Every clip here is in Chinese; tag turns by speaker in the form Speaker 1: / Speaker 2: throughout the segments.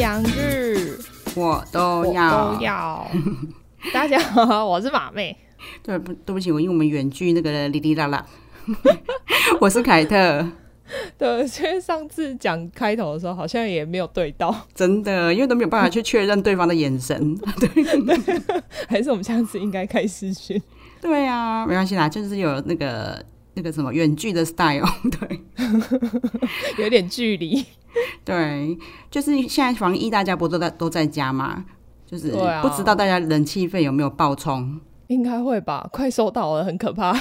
Speaker 1: 洋剧，
Speaker 2: 我
Speaker 1: 我
Speaker 2: 都
Speaker 1: 都
Speaker 2: 要。
Speaker 1: 要。 大家好，我是马妹。
Speaker 2: 对不？对不起，我因为我们远距那个哩哩啦啦。 我是凯特，
Speaker 1: 对，因为上次讲开头的时候，好像也没有对到，
Speaker 2: 真的，因为都没有办法去确认对方的眼神。
Speaker 1: 还是我们下次应该开视讯。
Speaker 2: 对啊，没关系啦，就是有那个那个什么远距的 style。对
Speaker 1: 有点距离。
Speaker 2: 对，就是现在防疫，大家不都在都在家嘛？就是
Speaker 1: 对啊
Speaker 2: 不知道大家冷气费有没有爆冲。
Speaker 1: 应该会吧，快收到了，很可怕。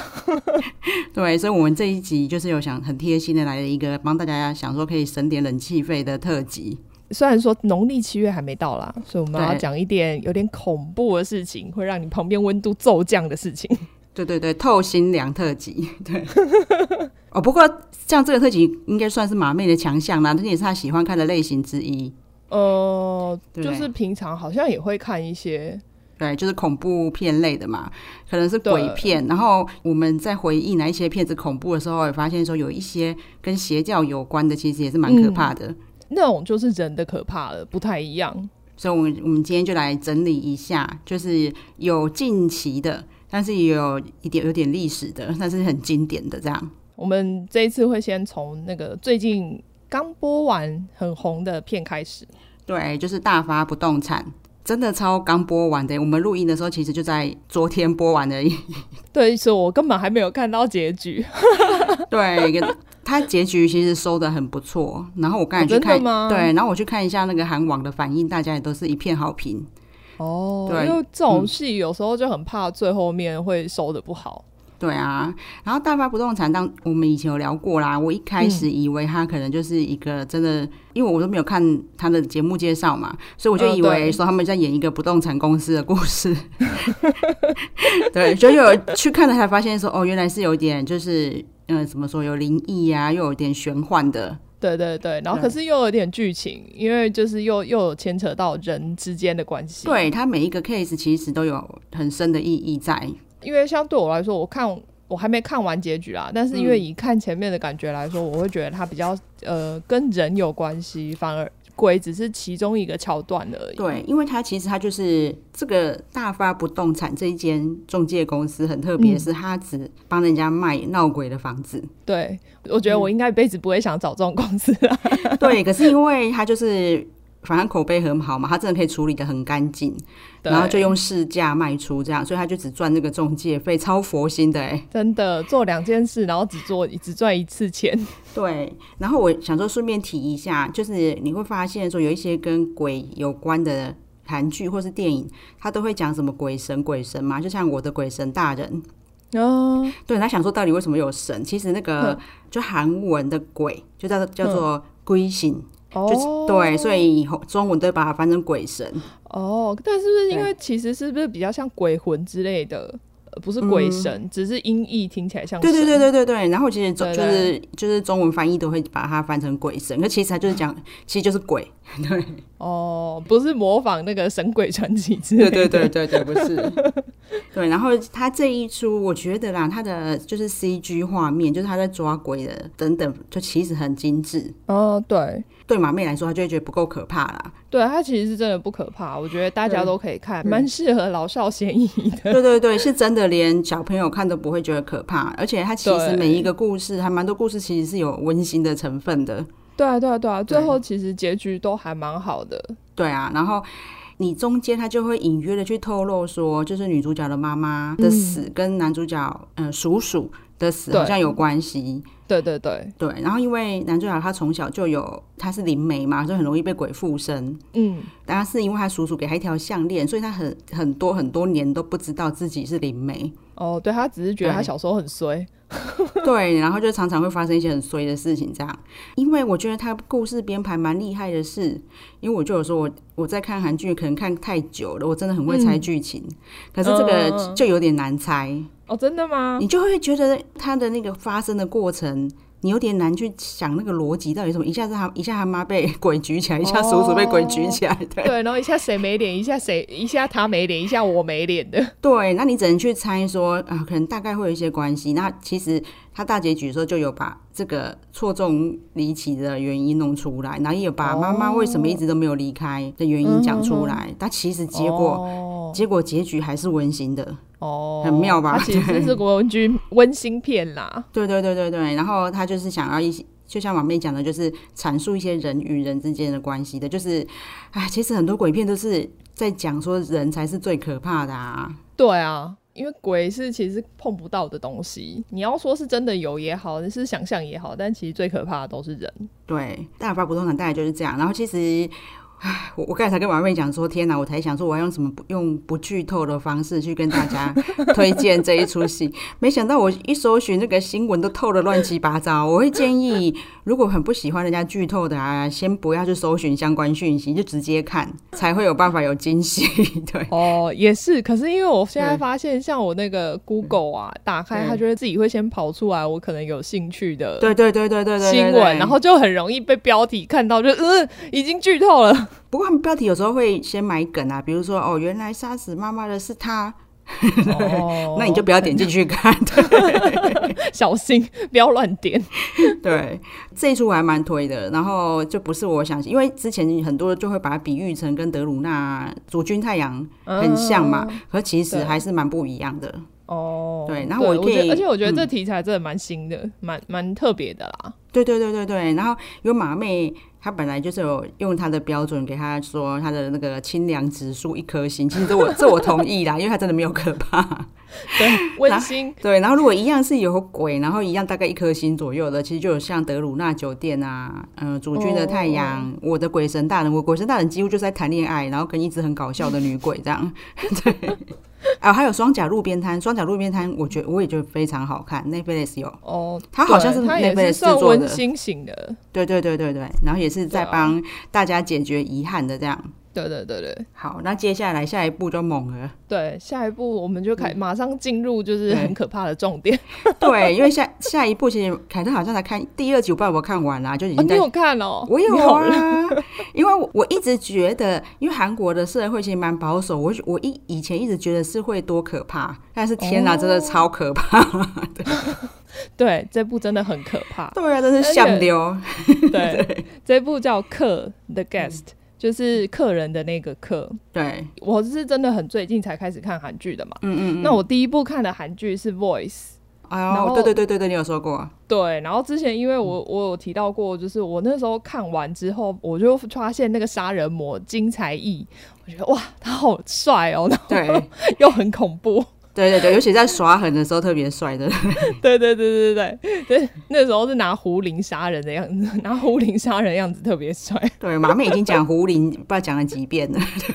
Speaker 2: 对，所以我们这一集就是有想很贴心的来了一个帮大家想说可以省点冷气费的特辑。
Speaker 1: 虽然说农历七月还没到啦，所以我们要
Speaker 2: 对
Speaker 1: 讲一点有点恐怖的事情，会让你旁边温度骤降的事情。
Speaker 2: 对对对，透心凉特辑，对。 哦，不过像这个特辑应该算是马妹的强项啦，这也是她喜欢看的类型之一，
Speaker 1: 呃，
Speaker 2: 对不
Speaker 1: 就
Speaker 2: 对
Speaker 1: 是平常好像也会看一些，
Speaker 2: 对，就是恐怖片类的嘛，可能是鬼
Speaker 1: 对
Speaker 2: 片。然后我们在回忆哪一些片子恐怖的时候，也发现说有一些跟邪教有关的，其实也是蛮可怕的。
Speaker 1: 那种就是人的可怕了，不太一样。
Speaker 2: 所以，我们我们今天就来整理一下，就是有近期的，但是也有一点有点历史的，但是很经典的这样。
Speaker 1: 我们这一次会先从那个最近刚播完很红的片开始。
Speaker 2: 对，就是大发不动产，真的超刚播完的。我们录音的时候其实就在昨天播完而已。
Speaker 1: 对，所以我根本还没有看到结局。
Speaker 2: 对，它结局其实收的很不错。然后我刚才去
Speaker 1: 哦真的
Speaker 2: 看，
Speaker 1: 吗
Speaker 2: 对，然后我去看一下那个韩网的反应，大家也都是一片好评。
Speaker 1: 哦
Speaker 2: 对
Speaker 1: 因为这种
Speaker 2: 嗯
Speaker 1: 戏有时候就很怕最后面会收的不好。
Speaker 2: 对啊，然后大发不动产当我们以前有聊过啦，我一开始以为它可能就是一个真的，因为我都没有看他的节目介绍嘛，所以我就
Speaker 1: 嗯
Speaker 2: 以为
Speaker 1: 对
Speaker 2: 说他们在演一个不动产公司的故事。对，就有去看了才发现说，哦，原来是有点就是。嗯，怎么说有灵异啊，又有点玄幻的，
Speaker 1: 对对对，然后
Speaker 2: 对
Speaker 1: 可是又有点剧情，因为就是又又有牵扯到人之间的关系。，
Speaker 2: 对它每一个 case 其实都有很深的意义在。
Speaker 1: 因为像对我来说，我看我还没看完结局啊，但是因为
Speaker 2: 嗯
Speaker 1: 以看前面的感觉来说，我会觉得它比较呃跟人有关系，反而鬼只是其中一个桥段而已。
Speaker 2: 对，因为它其实它就是这个大发不动产这一间中介公司很特别，
Speaker 1: 嗯
Speaker 2: 是它只帮人家卖闹鬼的房子。
Speaker 1: 对，我觉得我应该一辈子不会想找这种公司啊。
Speaker 2: 对，可是因为它就是反正口碑很好嘛，它真的可以处理的很干净，然后就
Speaker 1: 对
Speaker 2: 用市价卖出这样，所以他就只赚那个中介费，超佛心的哎、
Speaker 1: 真的做两件事，然后只做只赚一次 钱。
Speaker 2: 对，然后我想说顺便提一下，就是你会发现说有一些跟鬼有关的韩剧或是电影，它都会讲什么鬼神鬼神嘛，就像我的鬼神大人。
Speaker 1: 嗯、
Speaker 2: 对他想说到底为什么有神？其实那个
Speaker 1: 嗯
Speaker 2: 就韩文的鬼就叫叫做龟形，就是
Speaker 1: 哦，
Speaker 2: 对，所以以后中文都把它翻成鬼神。
Speaker 1: 哦，但是不是因
Speaker 2: 对
Speaker 1: 为其实是不是比较像鬼魂之类的，呃不是鬼神，只是音译听起来像
Speaker 2: 嗯对对对
Speaker 1: 神
Speaker 2: 对对对，然后其实中就
Speaker 1: 对对
Speaker 2: 是就是中文翻译都会把它翻成鬼神，可其实它就是
Speaker 1: 嗯
Speaker 2: 讲，其实就是鬼。
Speaker 1: 哦，不是模仿那个神鬼传奇之类
Speaker 2: 对
Speaker 1: 的。
Speaker 2: 对对对对，不是。对，然后他这一出，我觉得啦，他的就是 CG 画面，就是他在抓鬼的等等，就其实很精致。
Speaker 1: 哦，对
Speaker 2: 对马妹来说，她就会觉得不够可怕啦。
Speaker 1: 对，它其实是真的不可怕，我觉得大家
Speaker 2: 对
Speaker 1: 都可以看，
Speaker 2: 嗯
Speaker 1: 蛮适合老少咸宜的。
Speaker 2: 对对对，是真的，连小朋友看都不会觉得可怕，而且它其实
Speaker 1: 对
Speaker 2: 每一个故事，还蛮多故事其实是有温馨的成分的。
Speaker 1: 对啊，对啊，对啊，最后其实结局都还蛮好的。
Speaker 2: 对啊，然后你中间他就会隐约的去透露说，就是女主角的妈妈的死跟男主角嗯、呃叔叔的死
Speaker 1: 对
Speaker 2: 好像有关系。
Speaker 1: 对对对，
Speaker 2: 对，然后因为男主角他从小就有他是灵媒嘛，就很容易被鬼附身。
Speaker 1: 嗯，
Speaker 2: 但是因为他叔叔给他一条项链，所以他很很多很多年都不知道自己是灵媒。
Speaker 1: 哦，对他只是觉得他
Speaker 2: 对
Speaker 1: 小时候很衰。
Speaker 2: 对，然后就常常会发生一些很衰的事情，这样。因为我觉得他故事编排蛮厉害的是，因为我就有说我我在看韩剧，可能看太久了，我真的很会猜剧情，可是这
Speaker 1: 嗯嗯
Speaker 2: 个
Speaker 1: 嗯
Speaker 2: 就有点难猜，
Speaker 1: 哦，真的吗？
Speaker 2: 你就会觉得他的那个发生的过程你有点难去想那个逻辑到底是什么，一下子他一下他妈被鬼举起来，一下叔叔被鬼举起来，对
Speaker 1: 对，然后一下谁没脸，一下谁，一下他没脸，一下我没脸的，
Speaker 2: 对，那你只能去猜说啊，可能大概会有一些关系。那其实他大结局的时候就有把这个错综离奇的原因弄出来，然后也有把妈妈为什么一直都没有离开的原因讲出
Speaker 1: 嗯
Speaker 2: 来。但其实结果、
Speaker 1: 哦
Speaker 2: 结果结局还是温馨的，
Speaker 1: 哦，
Speaker 2: 很妙吧
Speaker 1: 它其实是国文剧温馨片啦，
Speaker 2: 对对对对对。然后他就是想要一些。就像马妹讲的，就是阐述一些人与人之间的关系的，就是，哎，其实很多鬼片都是在讲说人才是最可怕的啊，
Speaker 1: 对啊，因为鬼是其实碰不到的东西，你要说是真的有也好，你是想象也好，但其实最可怕的都是人。
Speaker 2: 对，大法不动产大概就是这样。然后其实，唉，我我刚才才跟王瑞讲说，天哪，我才想说我要用什么不用不剧透的方式去跟大 家推荐这一出戏，没想到我一搜寻那个新闻都透的乱七八糟。我会建议，如果很不喜欢人家剧透的啊，先不要去搜寻相关讯息，就直接看，才会有办法有惊喜。 对。
Speaker 1: 哦，也是，可是因为我现在
Speaker 2: 对
Speaker 1: 发现，像我那个 Google 啊，打开
Speaker 2: 对
Speaker 1: 它就会自己会先跑出来我可能有兴趣的
Speaker 2: 对对对对对对对
Speaker 1: 新闻，
Speaker 2: 对
Speaker 1: 然后就很容易被标题看到，就嗯，已经剧透了。
Speaker 2: 不过他们标题有时候会先埋梗啊，比如说哦，原来杀死妈妈的是他，
Speaker 1: 哦
Speaker 2: 那你就不要点进去看。对
Speaker 1: 小心，不要乱点。
Speaker 2: 对，这一出我还蛮推的，然后就不是我想，因为之前很多就会把它比喻成跟德鲁纳《主君太阳》
Speaker 1: 嗯
Speaker 2: 很像嘛，可其实
Speaker 1: 对
Speaker 2: 还是蛮不一样的。
Speaker 1: 哦，
Speaker 2: 对然后我
Speaker 1: 我觉
Speaker 2: 可以
Speaker 1: 得，而且我觉得这题材真的蛮新的，蛮蛮特别的 啦。
Speaker 2: 对对对对对，然后有马妹，她本来就是有用她的标准给她说她的那个清凉指数一颗星，其实这我这我同意啦，因为她真的没有可怕。
Speaker 1: 对，温馨。
Speaker 2: 对，然后如果一样是有鬼，然后一样大概一颗星左右的，其实就有像德鲁纳酒店啊，嗯、呃，主君的
Speaker 1: 哦
Speaker 2: 太阳，我的鬼神大人，我鬼神大人几乎就是在谈恋爱，然后跟一只很搞笑的女鬼这样。 对，啊，还有双甲路边摊，双甲路边摊，我觉我也觉得非常好看，Netflix 有。
Speaker 1: 哦，
Speaker 2: 它好像
Speaker 1: 对
Speaker 2: 是
Speaker 1: 它也
Speaker 2: Netflix
Speaker 1: 是算
Speaker 2: 制作的
Speaker 1: 温馨型的。
Speaker 2: 对对对对对，然后也是在
Speaker 1: 对啊
Speaker 2: 帮大家解决遗憾的这样。
Speaker 1: 对对对对
Speaker 2: 好，那接下来下一步就猛了。
Speaker 1: 对，下一步我们就开马上进入就是
Speaker 2: 对
Speaker 1: 很可怕的重 点。
Speaker 2: 对，因为下下一步其实凯特好像才看第二集，我不知道有没有看完啦、啊就已
Speaker 1: 哦，
Speaker 2: 经
Speaker 1: 你
Speaker 2: 在
Speaker 1: 有看哦？
Speaker 2: 我有
Speaker 1: 你好了
Speaker 2: 啊， 因为我我一直觉得，因为韩国的社会其实蛮保守，我我一以前一直觉得是会多可怕，但是天哪，真的超可怕！。
Speaker 1: 对，这部真的很可怕
Speaker 2: 对啊，真是像流。
Speaker 1: 对，这部叫《客》The Guest，、就是
Speaker 2: 嗯
Speaker 1: 客人的那个客。
Speaker 2: 对，
Speaker 1: 我是真的很最近才开始看韩剧的嘛。
Speaker 2: 嗯嗯嗯。
Speaker 1: 那我第一部看的韩剧是《Voice》。
Speaker 2: 哎
Speaker 1: 然
Speaker 2: 呦，
Speaker 1: 后
Speaker 2: 对对对对对，你有说过，
Speaker 1: 对，然后之前因为我我有提到过，就是我那时候看完之后，我就发现那个杀人魔金才义，我觉得哇，他好帅哦， 然后
Speaker 2: 对
Speaker 1: 又很恐怖，
Speaker 2: 对对对，尤其在耍狠的时候特别帅的，
Speaker 1: 对对对对对对，对那时候是拿胡林杀人的样子， 拿胡林杀人的样子特别帅。
Speaker 2: 对，马妹已经讲胡林，不知道讲了几遍了，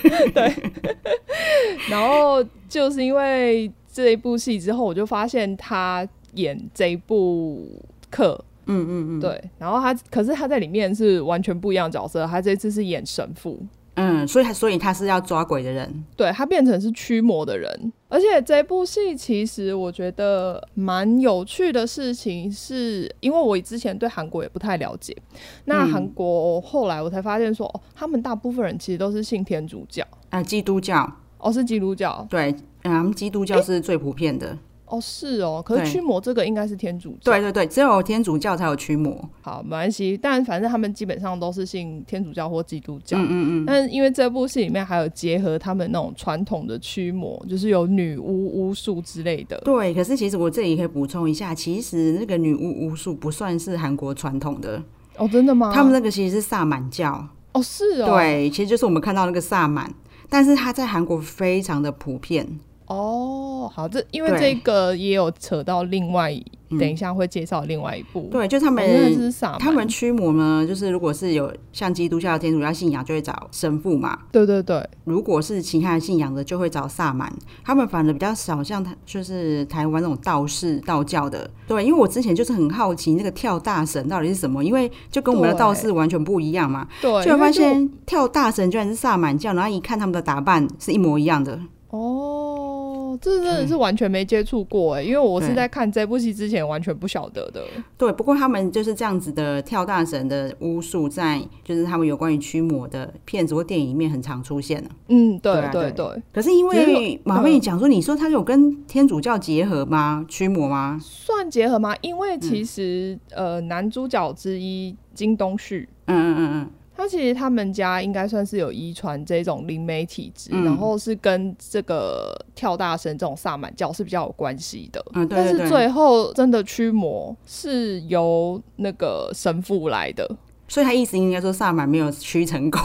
Speaker 1: 然后就是因为这一部戏之后，我就发现他演这一部课，
Speaker 2: 嗯嗯嗯，
Speaker 1: 对，然后他可是他在里面是完全不一样的角色，他这次是演神父，
Speaker 2: 嗯，所以所以他是要抓鬼的人，
Speaker 1: 对他变成是驱魔的人。而且这部戏其实我觉得蛮有趣的事情是，因为我之前对韩国也不太了解，那
Speaker 2: 嗯
Speaker 1: 韩国后来我才发现说，哦，他们大部分人其实都是信天主教，
Speaker 2: 啊，基督教，
Speaker 1: 哦是基督教，
Speaker 2: 对，嗯，他们基督教是最普遍的，
Speaker 1: 哦是哦，可
Speaker 2: 对
Speaker 1: 是驱魔这个应该是天主教，
Speaker 2: 对，对对，只有天主教才有驱魔，
Speaker 1: 好没关系，但反正他们基本上都是信天主教或基督教。
Speaker 2: 嗯嗯嗯，
Speaker 1: 但因为这部戏里面还有结合他们那种传统的驱魔，就是有女巫、巫术之类的。
Speaker 2: 对，可是其实我这里可以补充一下，其实那个女巫巫术不算是韩国传统的，
Speaker 1: 哦，真的吗？
Speaker 2: 他们那个其实是萨满教，
Speaker 1: 哦是哦，
Speaker 2: 对，其实就是我们看到那个萨满，但是它在韩国非常的普遍。
Speaker 1: 哦，好，这因为
Speaker 2: 对
Speaker 1: 这个也有扯到另外，等一下会介绍另外一部。
Speaker 2: 嗯对，就他
Speaker 1: 哦，
Speaker 2: 们、
Speaker 1: 那是萨满
Speaker 2: 他们驱魔呢，就是如果是有像基督教、天主教信仰，就会找神父嘛；
Speaker 1: 对对对，
Speaker 2: 如果是其他信仰的，就会找萨满。他们反而比较少像他就是台湾那种道士、道教的。对，因为我之前就是很好奇那个跳大神到底是什么，因为就跟我们的道士完全不一样嘛。
Speaker 1: 对，
Speaker 2: 就
Speaker 1: 因为
Speaker 2: 发现跳大神居然是萨满教，然后一看他们的打扮是一模一样的。
Speaker 1: 哦，这真的是完全没接触过哎、因为我
Speaker 2: 嗯
Speaker 1: 是
Speaker 2: 对
Speaker 1: 在看这部戏之前完全不晓得的。
Speaker 2: 对，不过他们就是这样子的跳大神的巫术，在就是他们有关于驱魔的片子或电影里面很常出现啊
Speaker 1: 嗯，对
Speaker 2: 对啊
Speaker 1: 对
Speaker 2: 对
Speaker 1: 对，
Speaker 2: 可是因
Speaker 1: 只嗯
Speaker 2: 为马妹讲说，你说他有跟天主教结合吗？驱魔吗？
Speaker 1: 算结合吗？因
Speaker 2: 嗯
Speaker 1: 为其实、呃，男主角之一金东旭，
Speaker 2: 嗯嗯嗯嗯，
Speaker 1: 他其实他们家应该算是有遗传这种灵媒体质，
Speaker 2: 嗯
Speaker 1: 然后是跟这个跳大神这种萨满教是比较有关系的。
Speaker 2: 嗯对对
Speaker 1: 但是
Speaker 2: 对
Speaker 1: 最后真的驱魔是由那个神父来的，
Speaker 2: 所以他意思应该说萨满没有驱成功。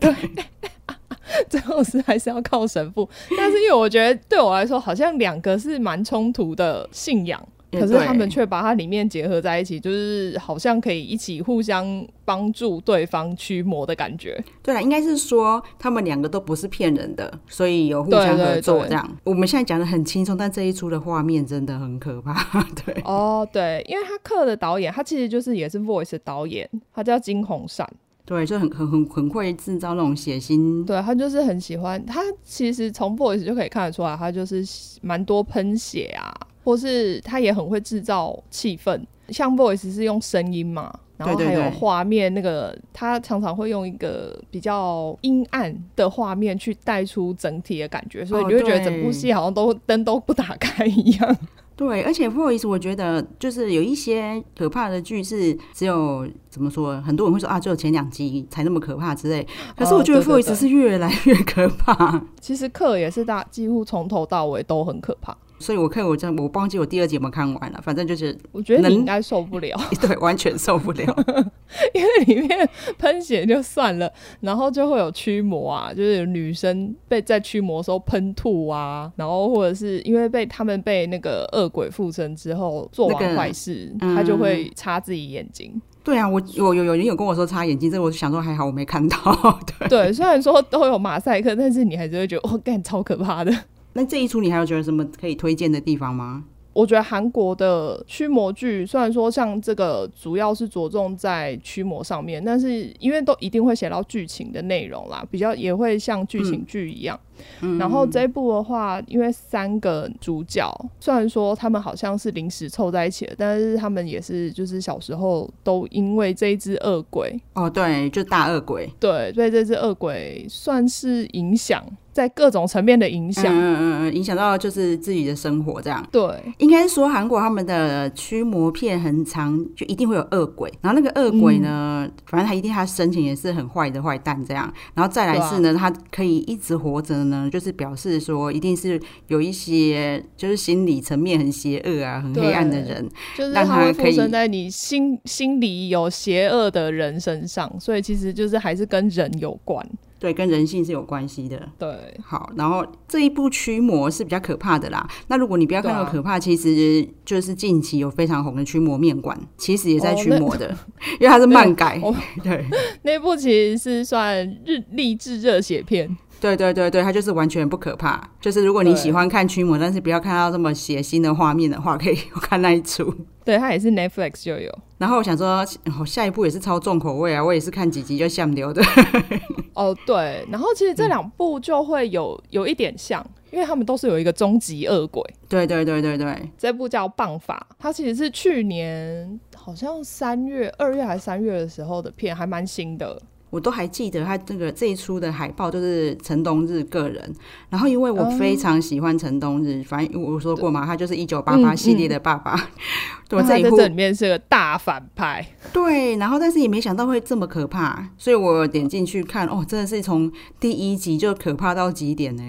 Speaker 1: 最后是还是要靠神父。但是因为我觉得对我来说，好像两个是蛮冲突的信仰，
Speaker 2: 也
Speaker 1: 可是
Speaker 2: 对
Speaker 1: 他们却把它里面结合在一起，就是好像可以一起互相帮助对方驱魔的感觉。
Speaker 2: 对啊了，应该是说他们两个都不是骗人的，所以有互
Speaker 1: 对
Speaker 2: 相
Speaker 1: 对
Speaker 2: 合作
Speaker 1: 对
Speaker 2: 这样。我们现在讲的很轻松，但这一出的画面真的很可怕。 对，
Speaker 1: 哦，对，因为他克的导演，他其实就是也是 Voice 的导演，他叫金红善。
Speaker 2: 对，就很很很很会制造那种血腥。
Speaker 1: 对他就是很喜欢他，其实从 Voice 就可以看得出来，他就是蛮多喷血啊，或是他也很会制造气氛。像 Voice 是用声音嘛，然后
Speaker 2: 对
Speaker 1: 还
Speaker 2: 对
Speaker 1: 有
Speaker 2: 对
Speaker 1: 画面，那个他常常会用一个比较阴暗的画面去带出整体的感觉，所以
Speaker 2: 哦
Speaker 1: 你会觉得整
Speaker 2: 对
Speaker 1: 部戏好像都灯都不打开一样。
Speaker 2: 对，而且 voice 我觉得就是有一些可怕的剧是只有怎么说，很多人会说啊，只有前两集才那么可怕之类。可是
Speaker 1: 哦
Speaker 2: 我觉得
Speaker 1: 对对
Speaker 2: voice
Speaker 1: 对
Speaker 2: 是越来越可怕。
Speaker 1: 其实克也是大，几乎从头到尾都很可怕。
Speaker 2: 所以我看我真我忘记我第二集有没有看完了，反正就是
Speaker 1: 我觉得
Speaker 2: 能
Speaker 1: 你应该受不了，
Speaker 2: 对完全受不了。
Speaker 1: 因为里面喷血就算了，然后就会有驱魔啊，就是女生被在驱魔的时候喷吐啊，然后或者是因为被他们被那个恶鬼附身之后做
Speaker 2: 那
Speaker 1: 完
Speaker 2: 个
Speaker 1: 坏事，
Speaker 2: 嗯
Speaker 1: 他就会擦自己眼睛。
Speaker 2: 对啊，我有有有人有跟我说擦眼睛，这个我就想说还好我没看到。 对，
Speaker 1: 对，虽然说都有马赛克，但是你还是会觉得哦，干超可怕的。
Speaker 2: 那这一出你还有觉得什么可以推荐的地方吗？
Speaker 1: 我觉得韩国的驱魔剧，虽然说像这个主要是着重在驱魔上面，但是因为都一定会写到剧情的内容啦，比较也会像剧情剧一样。然后这一部的话，因为三个主角，虽然说他们好像是临时凑在一起的，但是他们也是就是小时候都因为这一只恶鬼，
Speaker 2: 哦，对，就大恶鬼。
Speaker 1: 对，对这只恶鬼算是影响，在各种层面的影
Speaker 2: 嗯
Speaker 1: 响。
Speaker 2: 嗯嗯嗯，影响到就是自己的生活这样。
Speaker 1: 对，
Speaker 2: 应该说韩国他们的驱魔片很长，就一定会有恶鬼。然后那个恶鬼呢，反正他一定他生前也是很坏的坏蛋这样。然后再来是呢，他可以一直活着呢，就是表示说一定是有一些就是心理层面很邪恶啊、很黑暗的人。
Speaker 1: 就是
Speaker 2: 让
Speaker 1: 它会
Speaker 2: 他可
Speaker 1: 附
Speaker 2: 以
Speaker 1: 身在你心心里有邪恶的人身上，所以其实就是还是跟人有关。
Speaker 2: 对，跟人性是有关系的。
Speaker 1: 对，
Speaker 2: 好，然后这一部驱魔是比较可怕的啦。那如果你不要看到
Speaker 1: 对啊
Speaker 2: 可怕，其实就是近期有非常红的驱魔面馆，其实也在
Speaker 1: 哦
Speaker 2: 驱
Speaker 1: 那哦
Speaker 2: 魔的，因为它是漫改
Speaker 1: 我，
Speaker 2: 对。
Speaker 1: 那部其实是算日励志热血片，
Speaker 2: 对对对对，它就是完全不可怕。就是如果你
Speaker 1: 对
Speaker 2: 喜欢看驱魔，但是不要看到这么血腥的画面的话，可以 看那一出。
Speaker 1: 对，它也是 Netflix 就有。
Speaker 2: 然后我想说，哦，下一部也是超重口味啊！我也是看几集就 吓流的。
Speaker 1: 哦，对，然后其实这两部就会有有一点像，因为他们都是有一个终极恶鬼。
Speaker 2: 对对对对对，
Speaker 1: 这部叫《棒法》，它其实是去年好像三月、二月还是三月的时候的片，还蛮新的。
Speaker 2: 我都还记得他这个这一出的海报就是陈东日个人。然后因为我非常喜欢陈东日，反正我说过嘛，他就是一九八八
Speaker 1: 嗯
Speaker 2: 系列的爸爸。 对我
Speaker 1: 它
Speaker 2: 这一
Speaker 1: 在
Speaker 2: 部
Speaker 1: 这里面是个大反派。
Speaker 2: 对，然后但是也没想到会这么可怕，所以我点进去看，哦，真的是从第一集就可怕到极点呢、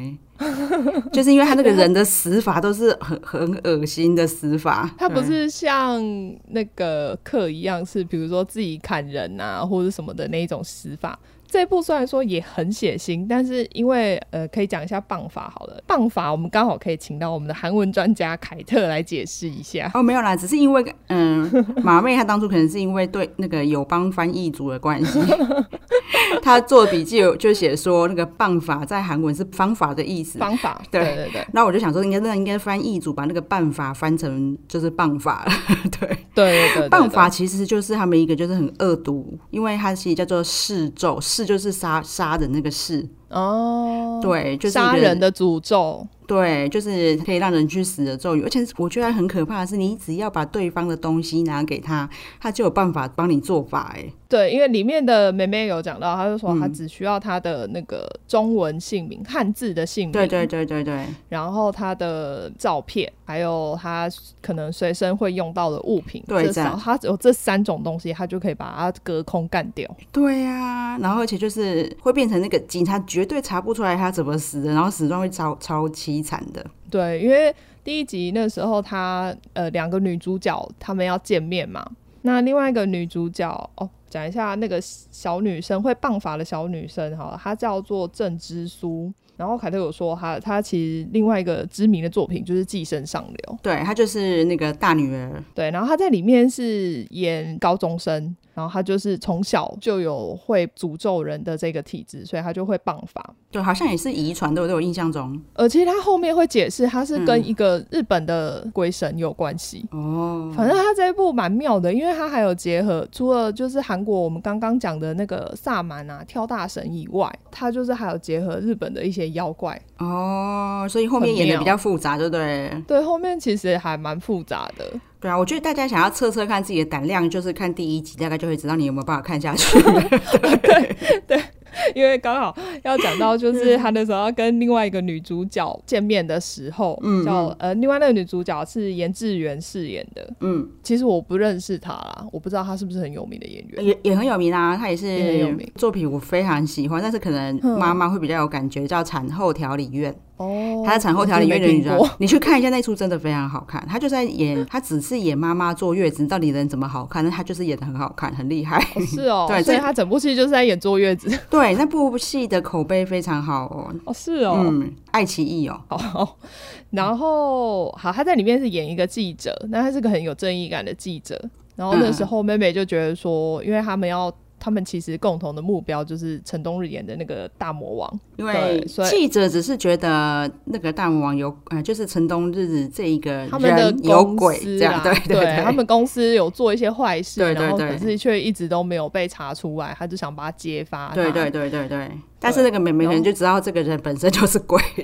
Speaker 2: 就是因为他那个人的死法都是很很恶心的死法，
Speaker 1: 他不
Speaker 2: 对
Speaker 1: 是像那个课一样，是比如说自己砍人啊，或者什么的那一种死法。这部虽然说也很血腥，但是因为呃，可以讲一下棒法好了。棒法我们刚好可以请到我们的韩文专家凯特来解释一下。
Speaker 2: 哦没有啦，只是因为嗯，马妹她当初可能是因为对那个友邦翻译组的关系， 她做笔记有就写说那个棒法在韩文是方法的意思。
Speaker 1: 方法，
Speaker 2: 对
Speaker 1: 对对对
Speaker 2: 那我就想说，应该那应该翻译组把那个办法翻成就是棒法了， 对。
Speaker 1: 对对对，对
Speaker 2: 棒法其实就是他们一个就是很恶毒，因为它其实叫做弑咒，弑就是杀杀人那个弑，
Speaker 1: 哦，
Speaker 2: 对，就是一个
Speaker 1: 杀人的诅咒，
Speaker 2: 对，就是可以让人去死的咒语。而且我觉得很可怕的是，你只要把对方的东西拿给他，他就有办法帮你做法、欸。哎，
Speaker 1: 对，因为里面的妹妹有讲到，她就说
Speaker 2: 嗯
Speaker 1: 她只需要她的那个中文姓名、汉字的姓名，
Speaker 2: 对对对对对，
Speaker 1: 然后她的照片，还有她可能随身会用到的物品，
Speaker 2: 对这
Speaker 1: 至少
Speaker 2: 样
Speaker 1: 她有这三种东西，她就可以把它隔空干掉。
Speaker 2: 对呀、然后而且就是会变成那个警察绝对查不出来他怎么死的，然后死状会超超凄惨的。
Speaker 1: 对，因为第一集那时候她呃两个女主角她们要见面嘛，那另外一个女主角哦，讲一下那个小女生会棒法的小女生好了，她叫做郑之苏。然后凯特有说她她其实另外一个知名的作品就是《寄生上流》，
Speaker 2: 对他就是那个大女儿，
Speaker 1: 对，然后她在里面是演高中生，然后她就是从小就有会诅咒人的这个体质，所以她就会棒法。
Speaker 2: 对，好像也是遗传的，对我印象中。
Speaker 1: 而且他后面会解释，他是
Speaker 2: 嗯
Speaker 1: 跟一个日本的鬼神有关系。
Speaker 2: 哦，
Speaker 1: 反正他这一部蛮妙的，因为他还有结合除了就是韩国我们刚刚讲的那个萨满啊、跳大神以外，他就是还有结合日本的一些妖怪。
Speaker 2: 哦，所以后面演的比较复杂，对不对？
Speaker 1: 对，后面其实还蛮复杂的。
Speaker 2: 对啊，我觉得大家想要测测看自己的胆量，就是看第一集，大概就会知道你有没有办法看下去。
Speaker 1: 因为刚好要讲
Speaker 2: 嗯
Speaker 1: 到，就是他那时候要跟另外一个女主角见面的时候，
Speaker 2: 嗯
Speaker 1: 叫呃，另外那个女主角是严志源饰演的。
Speaker 2: 嗯，
Speaker 1: 其实我不认识她啦，我不知道她是不是很有名的演员。
Speaker 2: 也也很有名啊，他也
Speaker 1: 也很有
Speaker 2: 是
Speaker 1: 名
Speaker 2: 作品我非常喜欢，但是可能
Speaker 1: 嗯
Speaker 2: 妈妈会比较有感觉，叫《产后调理院》。
Speaker 1: 哦，
Speaker 2: 他在产后调理院的
Speaker 1: 我真
Speaker 2: 女
Speaker 1: 没听过
Speaker 2: 人，你去看一下那出真的非常好看。他就在演，他只是演妈妈坐月子，到底人怎么好看？但他就是演的很好看，很厉害。
Speaker 1: 哦是哦，
Speaker 2: 对
Speaker 1: 所以
Speaker 2: 这嗯
Speaker 1: 他整部戏就是在演坐月子。
Speaker 2: 对，那部戏的口碑非常好哦。
Speaker 1: 哦，是哦，
Speaker 2: 嗯，爱奇艺哦，
Speaker 1: 好。然后好，他在里面是演一个记者，那他是个很有正义感的记者。然后
Speaker 2: 嗯
Speaker 1: 那时候妹妹就觉得说，因为他们要。他们其实共同的目标就是陈东日演的那个大魔王，
Speaker 2: 因为
Speaker 1: 对所以
Speaker 2: 记者只是觉得那个大魔王有，呃，就是陈东日这一个
Speaker 1: 他们的
Speaker 2: 人有
Speaker 1: 公
Speaker 2: 鬼
Speaker 1: 司
Speaker 2: 这
Speaker 1: 啦
Speaker 2: 样，，对
Speaker 1: 对
Speaker 2: 对，
Speaker 1: 他们公司有做一些坏事，
Speaker 2: 对对
Speaker 1: 然后
Speaker 2: 对
Speaker 1: 可是却一直都没有被查出来，他就想把他揭发，
Speaker 2: 对对对对对。但是那个妹妹
Speaker 1: 然
Speaker 2: 可
Speaker 1: 后
Speaker 2: 能就知道这个人本身就是鬼， 对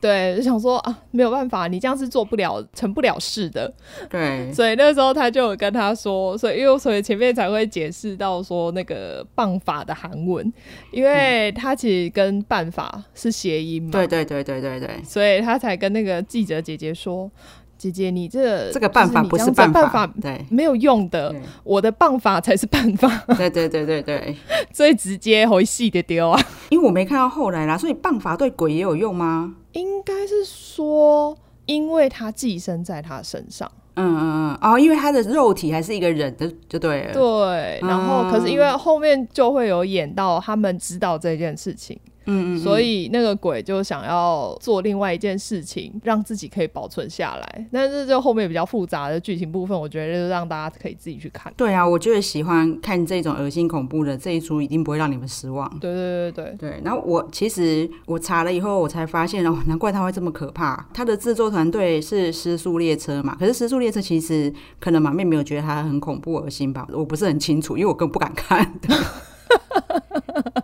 Speaker 1: 对，就想说啊，没有办法，你这样是做不了、成不了事的，
Speaker 2: 对
Speaker 1: 所以那时候他就有跟他说，所以因为所以前面才会解释到说那个棒法的韩文，因为他其实跟办法是谐音嘛，
Speaker 2: 嗯对对对对对对。
Speaker 1: 所以他才跟那个记者姐姐说：“姐姐，你这
Speaker 2: 这个办法不
Speaker 1: 就是是你这样
Speaker 2: 办
Speaker 1: 子
Speaker 2: 法，
Speaker 1: 办法
Speaker 2: 对
Speaker 1: 没有用的
Speaker 2: 对，
Speaker 1: 我的棒法才是办法，
Speaker 2: 对对对对对，
Speaker 1: 最直接回戏的丢啊。
Speaker 2: 因为我没看到后来啦，所以办法对鬼也有用吗？”
Speaker 1: 应该是说，因为他寄生在他身上。
Speaker 2: 嗯嗯嗯，哦，因为他的肉体还是一个人的，就对了。
Speaker 1: 对，然后可是因为后面就会有演到他们知道这件事情，
Speaker 2: 嗯嗯嗯，
Speaker 1: 所以那个鬼就想要做另外一件事情，让自己可以保存下来。但是就后面比较复杂的剧情部分，我觉得就让大家可以自己去看。
Speaker 2: 对啊，我就是喜欢看这种恶心恐怖的，这一出一定不会让你们失望。
Speaker 1: 对对对对
Speaker 2: 对，然后我其实我查了以后，我才发现哦，难怪它会这么可怕。它的制作团队是《失速列车》嘛，可是《失速列车》其实可能马妹没有觉得它很恐怖恶心吧，我不是很清楚，因为我根本不敢看。
Speaker 1: 对。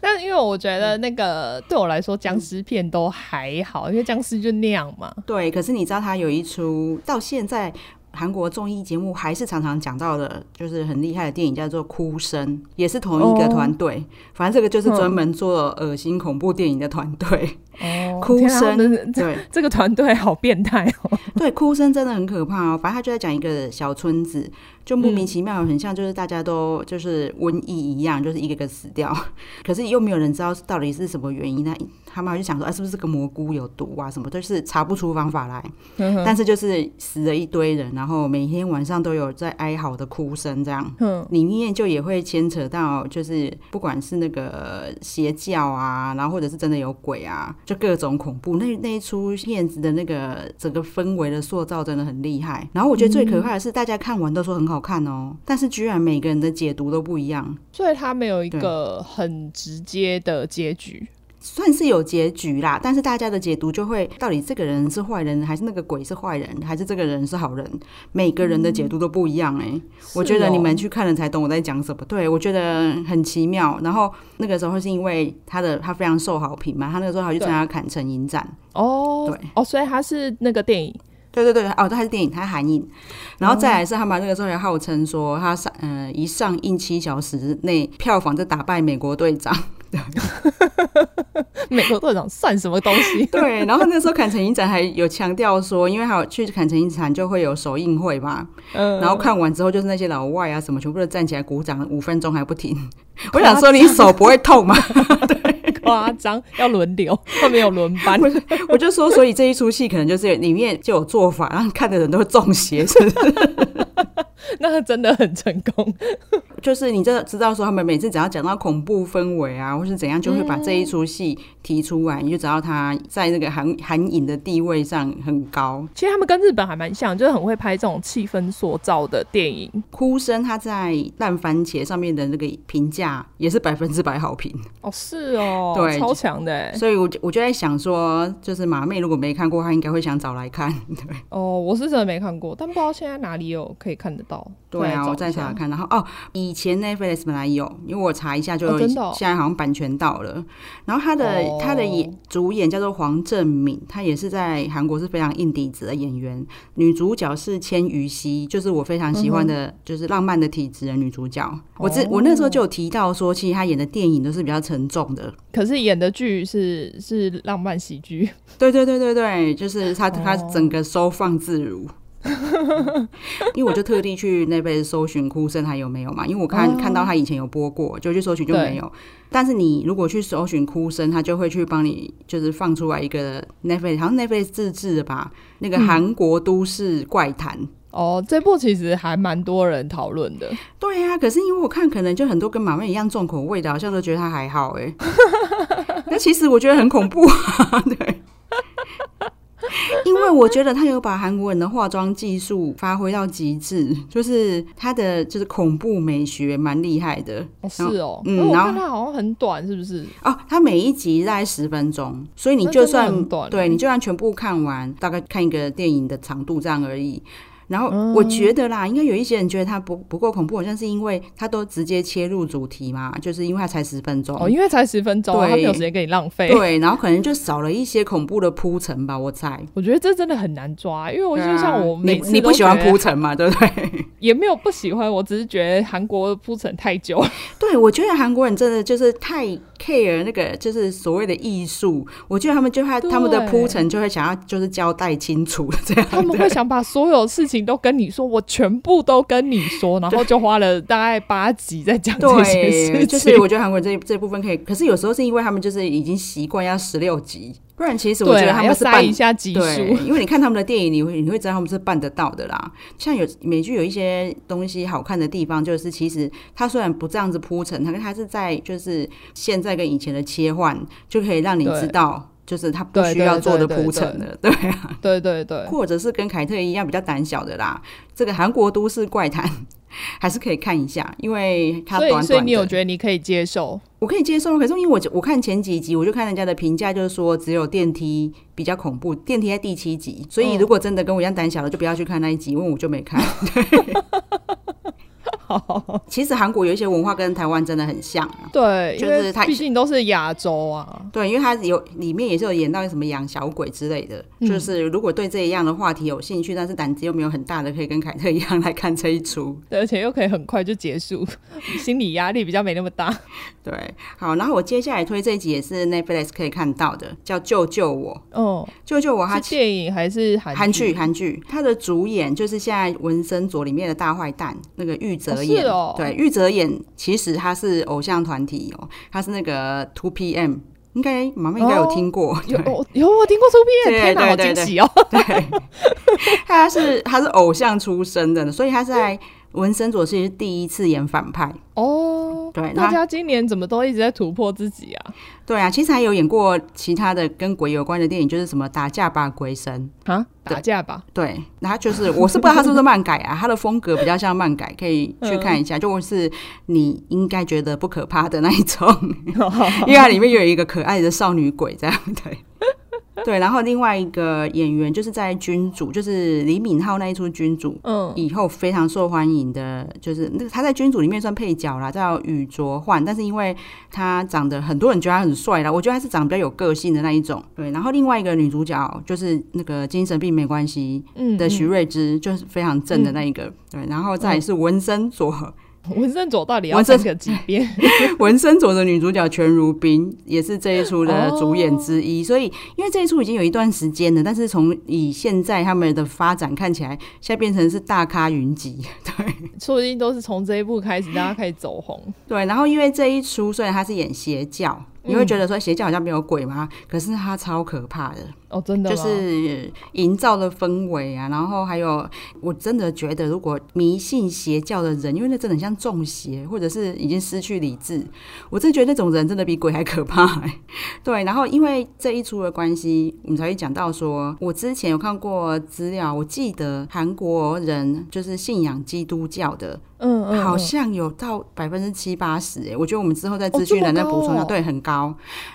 Speaker 1: 但因为我觉得那个对我来说，僵尸片都还好，因为僵尸就那样嘛。
Speaker 2: 对，可是你知道他有一出到现在韩国综艺节目还是常常讲到的，就是很厉害的电影叫做《哭声》，也是同一个
Speaker 1: 哦
Speaker 2: 团队。反正这个就是专门做恶心恐怖电影的团队。
Speaker 1: 哦
Speaker 2: 哭
Speaker 1: 天啊
Speaker 2: 声
Speaker 1: 他们这
Speaker 2: 对
Speaker 1: 这个团队好变态哦。
Speaker 2: 对，哭声真的很可怕哦。反正他就在讲一个小村子，就莫名其妙，很像就是大家都就是瘟疫一样，就是一个个死掉， 可是又没有人知道到底是什么原因。那他们就想说，啊，是不是这个蘑菇有毒啊？什么就是查不出方法来。
Speaker 1: 嗯
Speaker 2: 但是就是死了一堆人，然后每天晚上都有在哀嚎的哭声，这样
Speaker 1: 嗯，
Speaker 2: 里面就也会牵扯到，就是不管是那个邪教啊，然后或者是真的有鬼啊，就各种恐怖。那那一出片子的那个整个氛围的塑造真的很厉害。然后我觉得最可怕的是，大家看完都说很好看哦，但是居然每个人的解读都不一样。
Speaker 1: 所以他没有一个很直接的结局。
Speaker 2: 算是有结局啦，但是大家的解读就会到底这个人是坏人，还是那个鬼是坏人，还是这个人是好人？每个人的解读都不一样哎、我觉得你们去看了才懂我在讲什么。对我觉得很奇妙。然后那个时候是因为他的他非常受好评嘛，他那个时候还去参加坎城影展。
Speaker 1: 哦哦
Speaker 2: 对
Speaker 1: 哦，所以它是那个电影
Speaker 2: 对对对，哦，它是电影，它韩影，然后再来是他们那个时候也号称说，他上呃一上映七小时内票房就打败美国队长，？
Speaker 1: 《美国队长》算什么东西
Speaker 2: 对，然后那时候坎城影展还有强调说，因为还有去坎城影展就会有首映会嘛，
Speaker 1: 嗯，
Speaker 2: 然后看完之后就是那些老外啊什么全部都站起来鼓掌，五分钟还不停，我想说你手不会痛吗？
Speaker 1: 夸张，要轮流，后面有轮班。
Speaker 2: 我就说，所以这一出戏可能就是里面就有做法，让看的人都中邪， 是不是
Speaker 1: 那个真的很成功。
Speaker 2: 就是你这知道说，他们每次只要讲到恐怖氛围啊，或是怎样，就会把这一出戏提出来，你就知道他在那个韩韩影的地位上很高。
Speaker 1: 其实他们跟日本还蛮像，就是很会拍这种气氛塑造的电影。
Speaker 2: 哭声他在烂番茄上面的那个评价也是百分之百好 评，
Speaker 1: 哦，是哦，
Speaker 2: 对
Speaker 1: 超强的欸。
Speaker 2: 所以我就我就在想说，就是马妹如果没看过，她应该会想找来 看。
Speaker 1: 哦，我是真的没看过，但不知道现在哪里有可以看得到。
Speaker 2: 对啊，我再
Speaker 1: 再来找
Speaker 2: 查
Speaker 1: 一下
Speaker 2: 查看。然后哦，以前 Netflix 本来有，因为我查一下就有，
Speaker 1: 哦真的哦
Speaker 2: 现在好像版权到了。然后他的、
Speaker 1: 哦
Speaker 2: 他的演主演叫做黄正敏，他也是在韩国是非常硬底子的演员。女主角是千羽熙，就是我非常喜欢
Speaker 1: 嗯
Speaker 2: 的，就是浪漫的体质的女主角。我
Speaker 1: 哦
Speaker 2: 之我那时候就有提到说，其实她演的电影都是比较沉重的。
Speaker 1: 可是演的剧是是浪漫喜剧，
Speaker 2: 对对对对对，就是他他
Speaker 1: 哦
Speaker 2: 整个收放自 如。因为我就特地去那边搜寻哭声还有没有嘛，因为我看、
Speaker 1: 哦
Speaker 2: 看到他以前有播过，就去搜寻就没有。但是你如果去搜寻哭声，他就会去帮你就是放出来一个 Netflix，好像 Netflix 自制的吧，那
Speaker 1: 嗯
Speaker 2: 个韩国都市怪谈。
Speaker 1: 哦，这部其实还蛮多人讨论的。
Speaker 2: 对呀、可是因为我看，可能就很多跟马妹一样重口味的，好像都觉得他还好哎、那其实我觉得很恐怖啊，对。因为我觉得他有把韩国人的化妆技术发挥到极致，就是他的就是恐怖美学蛮厉害的
Speaker 1: 哦，是
Speaker 2: 然后
Speaker 1: 哦，
Speaker 2: 嗯
Speaker 1: 因为我
Speaker 2: 然
Speaker 1: 看
Speaker 2: 后
Speaker 1: 它好像很短，是不是？
Speaker 2: 哦。他每一集大概十分钟，所以你
Speaker 1: 那
Speaker 2: 就
Speaker 1: 真的
Speaker 2: 算
Speaker 1: 很短欸
Speaker 2: 对你就算全部看完，大概看一个电影的长度这样而已。然后
Speaker 1: 嗯
Speaker 2: 我觉得啦，应该有一些人觉得它不不够恐怖，好像是因为它都直接切入主题嘛，就是因为它才十分钟。
Speaker 1: 哦，因为才十分钟啊，
Speaker 2: 对
Speaker 1: 他没有时间给你浪费。
Speaker 2: 对，然后可能就少了一些恐怖的铺陈吧，我猜。
Speaker 1: 我觉得这真的很难抓，因为我就像我
Speaker 2: 对
Speaker 1: 每
Speaker 2: 啊
Speaker 1: 次、
Speaker 2: 你你不喜欢铺，陈嘛，对不对？
Speaker 1: 也没有不喜欢，我只是觉得韩国铺陈太久 了。
Speaker 2: 对，我觉得韩国人真的就是太 care 那个，就是所谓的艺术。我觉得他们就他他们的
Speaker 1: 对
Speaker 2: 铺陈就会想要就是交代清楚这样。
Speaker 1: 他们会想把所有事情都跟你说，我全部都跟你说，然后就花了大概八集在讲 这些事
Speaker 2: 对，
Speaker 1: 情。
Speaker 2: 就是我觉得韩国人这这部分可以，可是有时候是因为他们就是已经习惯要十六集，不然其实我
Speaker 1: 对
Speaker 2: 觉得
Speaker 1: 啊
Speaker 2: 他
Speaker 1: 要
Speaker 2: 们是
Speaker 1: 塞
Speaker 2: 半
Speaker 1: 一下集
Speaker 2: 对
Speaker 1: 数，，
Speaker 2: 因为你看他们的电影，你会你会知道他们是办得到的啦。像有美剧有一些东西好看的地方，就是其实它虽然不这样子铺陈，它它是在就是现在跟以前的切换，就可以让你
Speaker 1: 对
Speaker 2: 知道。就是它不
Speaker 1: 对
Speaker 2: 需
Speaker 1: 对
Speaker 2: 要做的
Speaker 1: 对对
Speaker 2: 铺陈了，对啊，
Speaker 1: 对对 对，
Speaker 2: 或者是跟凯特一样比较胆小的啦。这个韩国都市怪谈 还是可以看一下，因为它
Speaker 1: 所
Speaker 2: 短短
Speaker 1: 以
Speaker 2: 的。
Speaker 1: 所以你有觉得你可以接受？
Speaker 2: 我可以接受，可是因为我我看前几集，我就看人家的评价，就是说只有电梯比较恐怖，电梯在第七集，所以如果真的跟我一样胆小的，就不要去看那一集，因为我就没看。
Speaker 1: 好，
Speaker 2: 其实韩国有一些文化跟台湾真的很像啊，
Speaker 1: 对，因
Speaker 2: 就
Speaker 1: 为
Speaker 2: 是他
Speaker 1: 毕竟都是亚洲啊，
Speaker 2: 对，因为它有里面也是有演到什么养小鬼之类的，
Speaker 1: 嗯
Speaker 2: 就是如果对这一样的话题有兴趣，但是胆子又没有很大的，可以跟凯特一样来看这一出。
Speaker 1: 对而且又可以很快就结束， 心理压力比较没那么大。
Speaker 2: 对，好，然后我接下来推这一集也是 Netflix 可以看到的，叫《救救我
Speaker 1: 嗯，》，
Speaker 2: 救救我，它
Speaker 1: 是电影还是韩
Speaker 2: 哦啊韩剧，韩剧，他的主演就是现在《纹身佐》里面的大坏蛋那个玉泽演，
Speaker 1: 哦是哦
Speaker 2: 对，玉泽演其实他是偶像团体哦，他是那个 Two PM，应该妈妈应该有听过，
Speaker 1: 有哦
Speaker 2: 对
Speaker 1: 有有我听过这部片，
Speaker 2: 对
Speaker 1: 天哪，好
Speaker 2: 对
Speaker 1: 惊
Speaker 2: 对
Speaker 1: 喜哦！
Speaker 2: 对，他是他是偶像出身的，所以他在《纹身佐》其实是第一次演反派，
Speaker 1: 哦，
Speaker 2: 对，
Speaker 1: 大
Speaker 2: 那
Speaker 1: 家今年怎么都一直在突破自己啊？
Speaker 2: 对啊，其实还有演过其他的跟鬼有关的电影，就是什么打架吧鬼神。
Speaker 1: 啊，打架吧，
Speaker 2: 对，那他就是我是不知道他是不是漫改啊，他的风格比较像漫改，可以去看一下。就是你应该觉得不可怕的那一种，因为它里面有一个可爱的少女鬼这样对。 对，然后另外一个演员就是在《君主》，就是李敏镐那一出《君主》
Speaker 1: 嗯，
Speaker 2: 以后非常受欢迎的，就是那个他在《君主》里面算配角啦，叫宇卓焕，但是因为他长得很多人觉得他很帅啦，我觉得他是长得比较有个性的那一种。对，然后另外一个女主角就是那个精神病没关系，
Speaker 1: 嗯
Speaker 2: 的徐
Speaker 1: 嗯
Speaker 2: 瑞芝，就是非常正的那一个。对，然后再来是文森佐，
Speaker 1: 文森佐到底要
Speaker 2: 文森
Speaker 1: 分个几遍？
Speaker 2: 文森佐的女主角全如冰也是这一出的主演之一。所以，因为这一出已经有一段时间了，但是从以现在他们的发展看起来，现在变成是大咖云集。对
Speaker 1: 说不定都是从这一部开始，大家开始走红。
Speaker 2: 对，然后因为这一出虽然他是演邪教。你会觉得说邪教好像没有鬼吗？可是它超可怕的，
Speaker 1: 哦，真的
Speaker 2: 就
Speaker 1: 吗？
Speaker 2: 是营造的氛围啊，然后还有，我真的觉得，如果迷信邪教的人，因为那真的很像中邪，或者是已经失去理智，我真的觉得那种人真的比鬼还可怕、欸。 对，然后因为这一出的关系，我们才会讲到说，我之前有看过资料，我记得韩国人就是信仰基督教的，
Speaker 1: 嗯嗯，
Speaker 2: 好
Speaker 1: 嗯
Speaker 2: 像有到百分之七八十哎，我觉得我们之后在
Speaker 1: 哦
Speaker 2: 资讯
Speaker 1: 这么
Speaker 2: 栏再补充一下，
Speaker 1: 高哦
Speaker 2: 对，很高。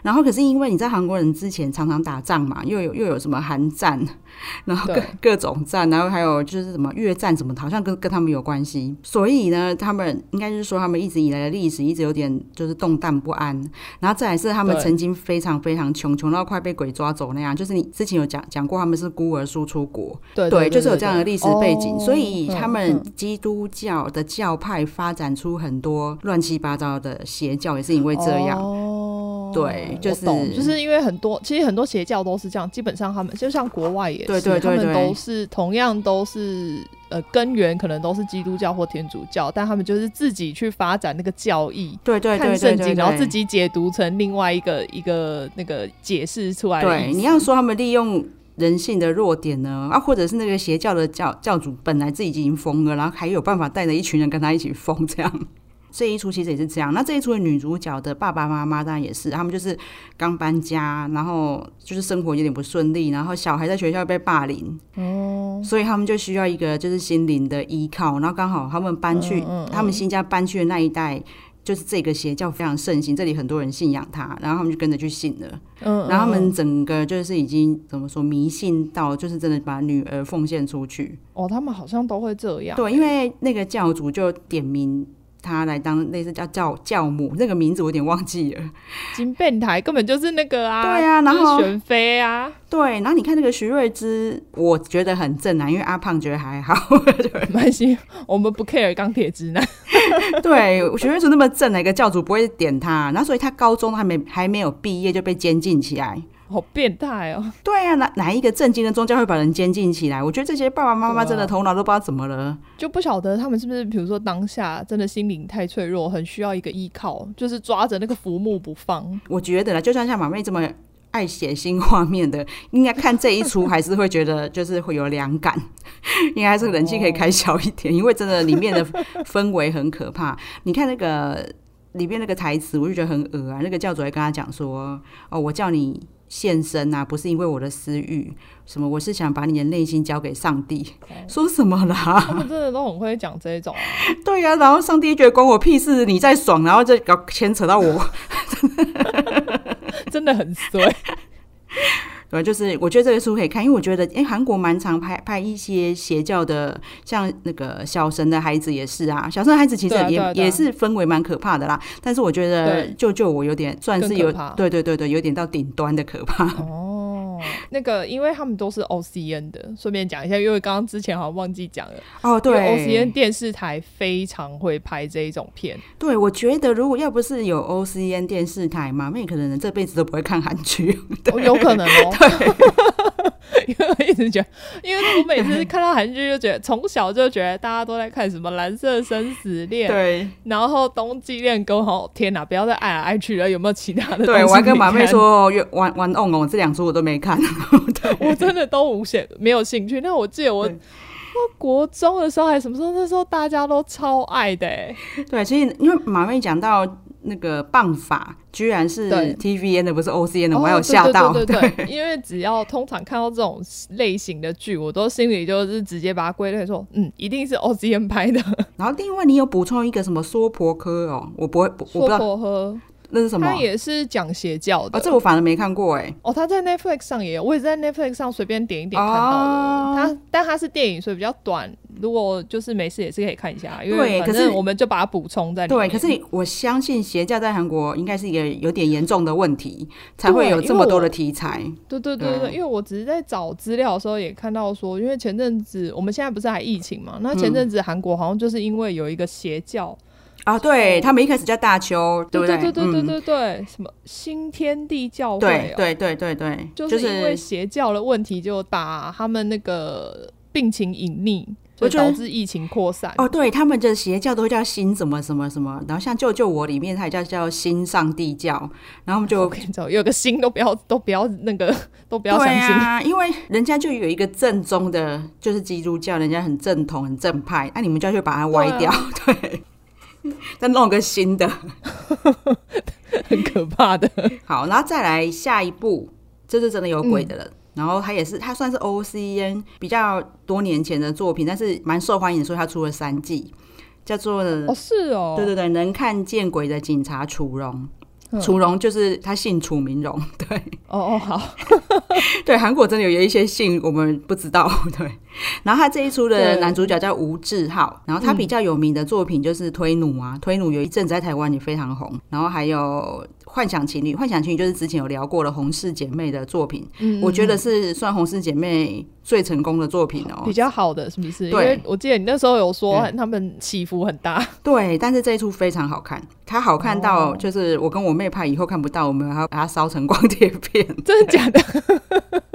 Speaker 2: 然后可是因为你在韩国人之前常常打仗嘛，又有又有什么韩战， 然后各
Speaker 1: 对
Speaker 2: 各种战，然后还有就是什么越战什么的，好像跟跟他们有关系。所以呢，他们应该就是说他们一直以来的历史一直有点就是动荡不安。然后再来是他们
Speaker 1: 对
Speaker 2: 曾经非常非常穷，穷到快被鬼抓走那样，就是你之前有讲讲过他们是孤儿输出国，
Speaker 1: 对哦
Speaker 2: 对，就是有这样的历史背景，所以他们
Speaker 1: 嗯
Speaker 2: 基督教的教派发展出很多乱七八糟的邪教，也是因为这样。
Speaker 1: 哦
Speaker 2: 对就是
Speaker 1: 我懂就是因为很多，其实很多邪教都是这样，基本上他们就像国外也是，
Speaker 2: 对对对
Speaker 1: 他们
Speaker 2: 对
Speaker 1: 都是同样都是呃根源可能都是基督教或天主教，但他们就是自己去发展那个教义。
Speaker 2: 对对对
Speaker 1: 看
Speaker 2: 对
Speaker 1: 圣
Speaker 2: 对
Speaker 1: 经，然后
Speaker 2: 对
Speaker 1: 自。己解读成另外一个一个那个解释出来的
Speaker 2: 对，
Speaker 1: 意思
Speaker 2: 你要说他们利用人性的弱点呢，啊，或者是那个邪教的教教主本来自己已经疯了，然后还有办法带着一群人跟他一起疯这样。 这一出其实也是这样，那这一出的女主角的爸爸妈妈当然也是，他们就是刚搬家，然后就是生活有点不顺利，然后小孩在学校被霸凌，
Speaker 1: 哦，
Speaker 2: 所以他们就需要一个就是心灵的依靠。然后刚好他们搬去，
Speaker 1: 嗯嗯嗯
Speaker 2: 他们新家搬去的那一带，就是这个邪教非常盛行，这里很多人信仰它，然后他们就跟着去信了。
Speaker 1: 嗯，
Speaker 2: 然后他
Speaker 1: 嗯
Speaker 2: 们整个就是已经怎么说迷信到，就是真的把女儿奉献出去。
Speaker 1: 哦，他们好像都会这样，
Speaker 2: 对，因为那个教主就点名。他来当类似叫教教母，那个名字我有点忘记了。
Speaker 1: 金变台根本就是那个啊，
Speaker 2: 对啊然
Speaker 1: 就是
Speaker 2: 后
Speaker 1: 选 妃啊，
Speaker 2: 对，然后你看那个徐瑞芝，我觉得很正啊，因为阿胖觉得还好。
Speaker 1: 没关系，我们不 care 钢铁直男。
Speaker 2: 对，学院组那么正，哪个教主不会点他？然后所以他高中还没还没有毕业就被监禁起来。
Speaker 1: 好变态哦！
Speaker 2: 对啊，哪哪一个正经的宗教会把人监禁起来？我觉得这些爸爸妈妈
Speaker 1: 对啊
Speaker 2: 真的头脑都不知道怎么了。
Speaker 1: 就不晓得他们是不是，比如说当下真的心灵太脆弱，很需要一个依靠，就是抓着那个浮木不放。
Speaker 2: 我觉得啦，就像像马妹这么爱写新画面的，应该看这一出还是会觉得就是会有凉感， 应该还是人气可以开小一点，因为真的里面的氛围很可怕。你看那个里面那个台词，我就觉得很恶啊。那个教主还跟他讲说：“哦，我叫你。”献身啊，不是因为我的私欲，什么我是想把你的内心交给上帝。说什么
Speaker 1: 他
Speaker 2: 啦？
Speaker 1: 们真的都很会讲这种、啊，
Speaker 2: 对啊，然后上帝觉得关我屁事，你在爽，然后就搞牵扯到我，
Speaker 1: 真的很衰。
Speaker 2: 对，就是我觉得这个书可以看，因为我觉得，哎、韩国蛮常拍拍一些邪教的，像那个小神的孩子也是啊，小神的孩子其实
Speaker 1: 对啊
Speaker 2: 也、
Speaker 1: 对啊对啊
Speaker 2: 也是氛围蛮可怕的啦。但是我觉得
Speaker 1: 对
Speaker 2: 救救我有点算是有
Speaker 1: 更可怕，
Speaker 2: 对对对对，有点到顶端的可怕。
Speaker 1: 哦，那个，因为他们都是 OCN 的，顺便讲一下，因为刚刚之前好像忘记讲了，
Speaker 2: 哦，
Speaker 1: 因为
Speaker 2: 对
Speaker 1: ，OCN，电视台非常会拍这一种片。
Speaker 2: 对，我觉得如果要不是有 OCN 电视台嘛，妹可能人这辈子都不会看韩剧。
Speaker 1: 哦，有可能哦。 因为我一直觉得，因为我每次看到韩剧就觉得，从小就觉得大家都在看什么《蓝色生死恋》，
Speaker 2: 对，
Speaker 1: 然后《冬季恋歌》哦，天哪，不要再爱来爱去了，有没有其他 的？
Speaker 2: 对我还跟马妹， 说，越玩玩哦 on 哦，这两出我都没看。
Speaker 1: 我真的都无限没有兴趣。那我记得我。国中的时候还什么时候，那时候大家都超爱的、欸，
Speaker 2: 对，所以因为马妹讲到那个棒法，居然是
Speaker 1: 对
Speaker 2: TVN 的，不是 OCN 的，
Speaker 1: 哦
Speaker 2: 我还有吓到。
Speaker 1: 对对对对因为只要通常看到这种类型的剧，我都心里就是直接把它归类说，嗯，一定是 OCN 拍的。
Speaker 2: 然后另外你有补充一个什么娑婆科哦，我不会，我我不
Speaker 1: 说
Speaker 2: 知道
Speaker 1: 婆诃，
Speaker 2: 那是什么啊
Speaker 1: 他。也是讲邪教的。
Speaker 2: 哦，这我反而没看过哎、
Speaker 1: 哦，他在 Netflix 上也有，我也是在 Netflix 上随便点一点看到
Speaker 2: 哦
Speaker 1: 的。他、但他是电影，所以比较短。如果就是没事也是可以看一下，因
Speaker 2: 对
Speaker 1: 为反
Speaker 2: 可是
Speaker 1: 正我们就把它补充在里
Speaker 2: 对，
Speaker 1: 面。
Speaker 2: 可是我相信邪教在韩国应该是一个有点严重的问题，才会有这么多的题材。
Speaker 1: 对对对对，
Speaker 2: 嗯
Speaker 1: 因为我只是在找资料的时候也看到说，因为前阵子我们现在不是还疫情嘛，那
Speaker 2: 嗯
Speaker 1: 前阵子韩国好像就是因为有一个邪教，
Speaker 2: 啊，对他们一开始叫大邱，不
Speaker 1: 对
Speaker 2: 对？
Speaker 1: 哦对对对
Speaker 2: 嗯
Speaker 1: 对对，什么新天地教会、
Speaker 2: 对
Speaker 1: 哦，
Speaker 2: 对对对对，
Speaker 1: 就是因为
Speaker 2: 是
Speaker 1: 邪教的问题，就打他们那个病情隐匿，
Speaker 2: 我
Speaker 1: 就
Speaker 2: 觉得
Speaker 1: 导致疫情扩散。
Speaker 2: 哦，对，他们的邪教都会叫新什么什么什么，然后像《救救我》里面，它也叫叫新上帝教，然后他们就
Speaker 1: 我跟你讲，有个心都不要，都不要那个，都不要相信。
Speaker 2: 对啊，因为人家就有一个正宗的，就是基督教，人家很正统、很正派，那、你们就要去把它歪掉，
Speaker 1: 啊
Speaker 2: 对,、再弄个新的。
Speaker 1: 很可怕的。
Speaker 2: 好，然后再来下一步，这是真的有鬼的了。
Speaker 1: 嗯
Speaker 2: 然后它也是，它算是 O C N 比较多年前的作品，但是蛮受欢迎的，所以它出了三季，叫做
Speaker 1: 哦，是
Speaker 2: 嗯
Speaker 1: 哦，
Speaker 2: 对对对，能看见鬼的警察楚荣
Speaker 1: 嗯。
Speaker 2: 楚荣就是他姓楚明荣， 对
Speaker 1: 哦哦好，
Speaker 2: 对，韩国真的有一些姓我们不知道， 对。然后他这一出的
Speaker 1: 对
Speaker 2: 男主角叫吴志浩，然后他比较有名的作品就是《推奴》啊，
Speaker 1: 嗯
Speaker 2: 推奴》有一阵子在台湾也非常红，然后还有《幻想情侣》，《幻想情侣》就是之前有聊过的红氏姐妹的作品，
Speaker 1: 嗯，
Speaker 2: 我觉
Speaker 1: 嗯
Speaker 2: 得是算红氏姐妹最成功的作品哦、
Speaker 1: 比较好的是不是？因
Speaker 2: 对嗯
Speaker 1: 为我记得你那时候有说他们起伏很大，
Speaker 2: 对，但是这一出非常好看，它好看到
Speaker 1: 哦
Speaker 2: 就是我跟我妹怕以后看不到，我们还要把它烧成光碟片。
Speaker 1: 真的假的？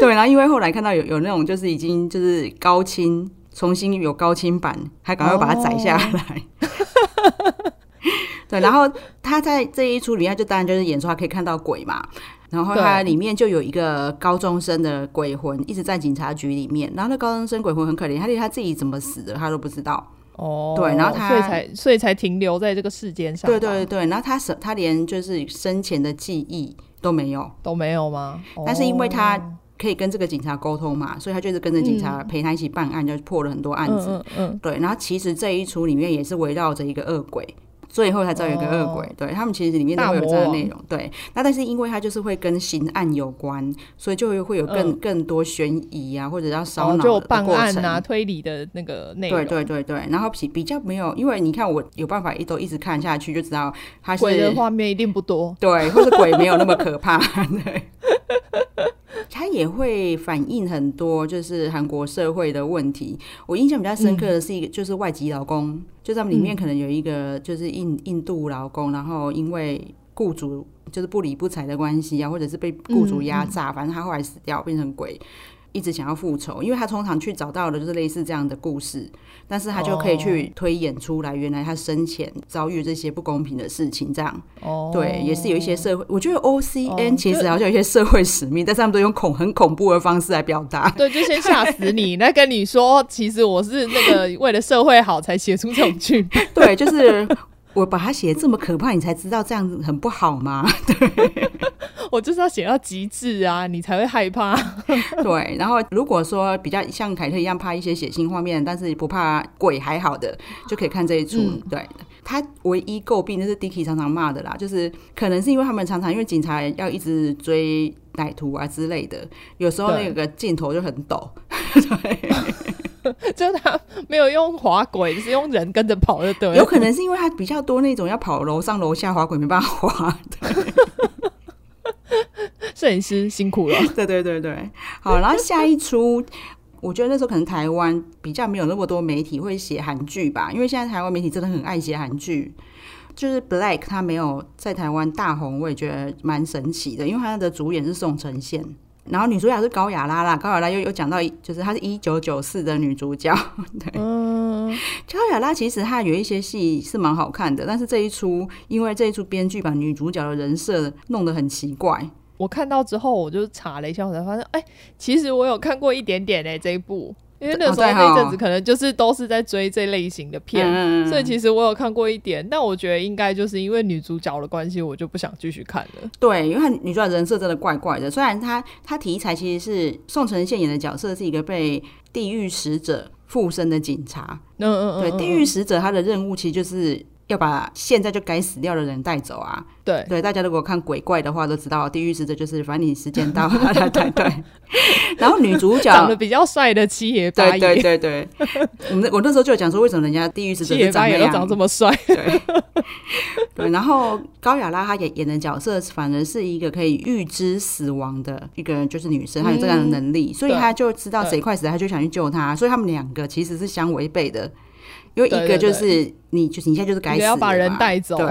Speaker 2: 对，然后因为后来看到有有那种就是已经就是高清，重新有高清版，还赶快把它载下来。
Speaker 1: 哦
Speaker 2: 对，然后他在这一出里面就当然就是演出，他可以看到鬼嘛。然后它
Speaker 1: 对
Speaker 2: 里面就有一个高中生的鬼魂一直在警察局里面，然后那高中生鬼魂很可怜，他连他自己怎么死的他都不知道。
Speaker 1: 哦，
Speaker 2: 对然后他
Speaker 1: 所以才所以才停留在这个世间上吧，
Speaker 2: 对对对，然后他什他连就是生前的记忆都没有，
Speaker 1: 都没有吗？哦
Speaker 2: 但是因为他可以跟这个警察沟通嘛，所以他就是跟着警察陪他一起办案，就破了很多案子。
Speaker 1: 嗯嗯嗯，
Speaker 2: 对，然后其实这一出里面也是围绕着一个恶鬼。最后才知道有一个恶鬼，
Speaker 1: 哦
Speaker 2: 对他们其实里面都
Speaker 1: 大
Speaker 2: 会有这样的
Speaker 1: 魔
Speaker 2: 内容，对。那但是因为它就是会跟刑案有关，所以就会会有更、更多悬疑啊，或者要烧
Speaker 1: 然后
Speaker 2: 脑
Speaker 1: 嗯哦就有
Speaker 2: 的
Speaker 1: 办
Speaker 2: 过
Speaker 1: 案
Speaker 2: 程。
Speaker 1: 啊、推理的那个内
Speaker 2: 对
Speaker 1: 容，
Speaker 2: 对对对，然后比比较没有，因为你看我有办法一都一直看下去，就知道它是
Speaker 1: 鬼的画面一定不多。
Speaker 2: 对，或是鬼没有那么可怕，对。它也会反映很多就是韩国社会的问题。我印象比较深刻的是一个，就是外籍劳工，就他们里面可能有一个就是印印度劳工，然后因为雇主就是不理不睬的关系啊，或者是被雇主压榨，反正他后来死掉变成鬼。一直想要复仇，因为他通常去找到的就是类似这样的故事，但是他就可以去推演出来，原来他生前遭遇这些不公平的事情，这样
Speaker 1: 哦，
Speaker 2: 对，也是有一些社会，我觉得 O C
Speaker 1: 哦
Speaker 2: N 其实
Speaker 1: 就
Speaker 2: 好像有一些社会使命，但是他们都用恐很恐怖的方式来表 达。
Speaker 1: 对，就先吓死你，那跟你说，其实我是那个为了社会好才写出这种剧本，
Speaker 2: 对，就是我把它写得这么可怕，你才知道这样子很不好 嘛。
Speaker 1: 我就是要写到极致啊，你才会害怕。
Speaker 2: 对，然后如果说比较像凯特一样怕一些血腥画面，但是不怕鬼还好的，就可以看这一出。
Speaker 1: 嗯
Speaker 2: 对。他唯一诟病就是 Dicky 常常骂的啦，就是可能是因为他们常常因为警察要一直追歹徒啊之类的，有时候
Speaker 1: 对
Speaker 2: 那个镜头就很抖，
Speaker 1: 就是他没有用滑轨，只是用人跟着跑就对
Speaker 2: 有
Speaker 1: 了。
Speaker 2: 可能是因为他比较多那种要跑楼上楼下滑轨没办法滑。
Speaker 1: 摄影师 辛苦了，
Speaker 2: 对对对对，好，然后下一出。我觉得那时候可能台湾比较没有那么多媒体会写韩剧吧，因为现在台湾媒体真的很爱写韩剧。就是 Black 他没有在台湾大红，我也觉得蛮神奇的，因为他的主演是宋承宪，然后女主角是高雅拉啦，高雅拉又有讲到，就是她是一九九四的女主角，
Speaker 1: 嗯，
Speaker 2: 乔雅拉其实她有一些戏是蛮好看的，但是这一出因为这一出编剧把女主角的人设弄得很奇怪，
Speaker 1: 我看到之后我就查了一下，我才发现，哎、其实我有看过一点点嘞、这一部因为那时候
Speaker 2: 哦对
Speaker 1: 那
Speaker 2: 哦
Speaker 1: 阵子可能就是都是在追这类型的片，
Speaker 2: 嗯
Speaker 1: 所以其实我有看过一点，但我觉得应该就是因为女主角的关系，我就不想继续看了。
Speaker 2: 对，因为她女主角人设真的怪怪的，虽然她她题材其实是宋承宪演的角色是一个被地狱使者附身的警察，
Speaker 1: 嗯嗯嗯，
Speaker 2: 对，
Speaker 1: 嗯
Speaker 2: 地狱使者他的任务其实就是要把现在就该死掉的人带走啊。
Speaker 1: 对
Speaker 2: 对，大家如果看鬼怪的话都知道，地狱使者就是反正你时间到他来带 队。然后女主
Speaker 1: 长得
Speaker 2: 角。
Speaker 1: 比较帅的七爷八
Speaker 2: 对
Speaker 1: 爷，
Speaker 2: 对对 对，我们我那时候就有讲说，为什么人家地狱使者
Speaker 1: 七
Speaker 2: 是
Speaker 1: 爷
Speaker 2: 长
Speaker 1: 八
Speaker 2: 那
Speaker 1: 爷都长
Speaker 2: 样
Speaker 1: 这，么帅，
Speaker 2: 啊对对。然后高雅拉她演演的角色，反而是一个可以预知死亡的一个，就是女生，她有这样的能力，所以
Speaker 1: 对
Speaker 2: 她就知道
Speaker 1: 嗯对
Speaker 2: 谁快死了，她就想去救她。所以他们两个其实是相违背的，因为
Speaker 1: 对
Speaker 2: 一
Speaker 1: 对
Speaker 2: 个就
Speaker 1: 对
Speaker 2: 是你，就是你现在就是该
Speaker 1: 一
Speaker 2: 死
Speaker 1: 个
Speaker 2: 了
Speaker 1: 要把人
Speaker 2: 嘛
Speaker 1: 带走
Speaker 2: 对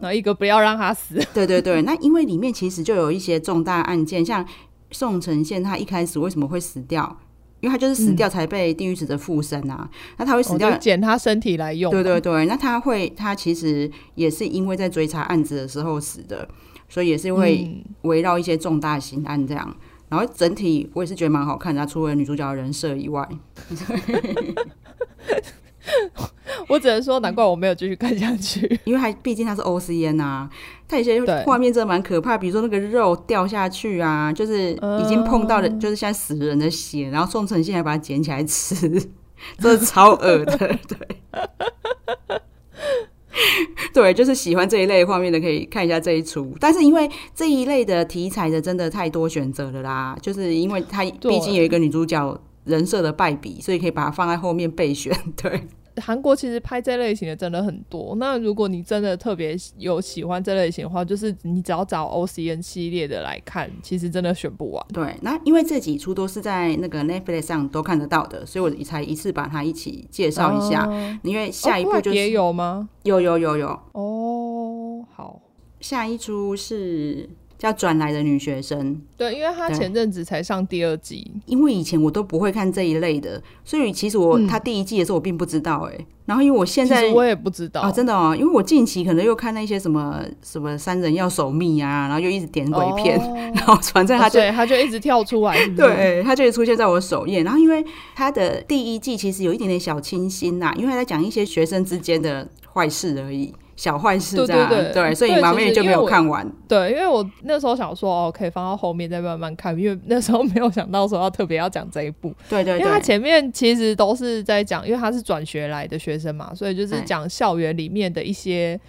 Speaker 1: 然后一个不要让他死。
Speaker 2: 对对对。那因为里面其实就有一些重大案件，像宋承宪他一开始为什么会死掉？因为他就是死掉才被地狱使者附身啊，那他会死
Speaker 1: 我
Speaker 2: 掉
Speaker 1: 哦就捡他身体来用。
Speaker 2: 对对对，那他会，他其实也是因为在追查案子的时候死的，所以也是会
Speaker 1: 嗯
Speaker 2: 围绕一些重大刑案这样。然后整体我也是觉得蛮好看的啊，除了女主角的人设以外，
Speaker 1: 我只能说，难怪我没有继续看下去。
Speaker 2: 因为还毕竟它是 O C N 啊，它有些
Speaker 1: 对
Speaker 2: 画面真的蛮可怕，比如说那个肉掉下去啊，就是已经碰到了，就是现在死人的血，然后宋承宪还把它捡起来吃，真的超恶的，对。 对，就是喜欢这一类画面的可以看一下这一出，但是因为这一类的题材的真的太多选择了啦，就是因为它毕竟有一个女主角人设的败笔，所以可以把它放在后面备选。对，
Speaker 1: 韩国其实拍这类型的真的很多。那如果你真的特别有喜欢这类型的话，就是你只要找 OCN 系列的来看，其实真的选不完。
Speaker 2: 对，那因为这几出都是在那个 Netflix 上都看得到的，所以我才一次把它一起介绍一下。
Speaker 1: 哦
Speaker 2: 因为下一步就
Speaker 1: 哦、也
Speaker 2: 是、
Speaker 1: 有吗？
Speaker 2: 有有有有，
Speaker 1: 哦，好。
Speaker 2: 下一出是叫《转来的女学生》，
Speaker 1: 对，因为他
Speaker 2: 对
Speaker 1: 前阵子才上第二季，
Speaker 2: 因为以前我都不会看这一类的，所以其实我、它第一季的时候我并不知道哎、然后因为我现
Speaker 1: 嗯其
Speaker 2: 在
Speaker 1: 实我也不知道。
Speaker 2: 啊，真的哦，因为我近期可能又看那些什么什么三人要守密啊，然后又一直点鬼片，
Speaker 1: 哦
Speaker 2: 然后反正
Speaker 1: 哦
Speaker 2: 他就
Speaker 1: 对，他就一直跳出来，是
Speaker 2: 嗯
Speaker 1: 不是？
Speaker 2: 对，它就会出现在我首页。然后因为它的第一季其实有一点点小清新呐、因为它在讲一些学生之间的坏事而已，小坏事
Speaker 1: 对
Speaker 2: 这样。
Speaker 1: 对对
Speaker 2: 所以
Speaker 1: 对
Speaker 2: 马
Speaker 1: 其
Speaker 2: 妹
Speaker 1: 实
Speaker 2: 就
Speaker 1: 因
Speaker 2: 没
Speaker 1: 为
Speaker 2: 有
Speaker 1: 我
Speaker 2: 看完。
Speaker 1: 对，因为我那时候想说，哦，可以放到后面再慢慢看，因为那时候没有想到说要特别要讲这一部，
Speaker 2: 对对
Speaker 1: 因为他
Speaker 2: 对，
Speaker 1: 前面其实都是在讲，因为他是转学来的学生嘛，所以就是
Speaker 2: 对
Speaker 1: 讲校园里面的一些，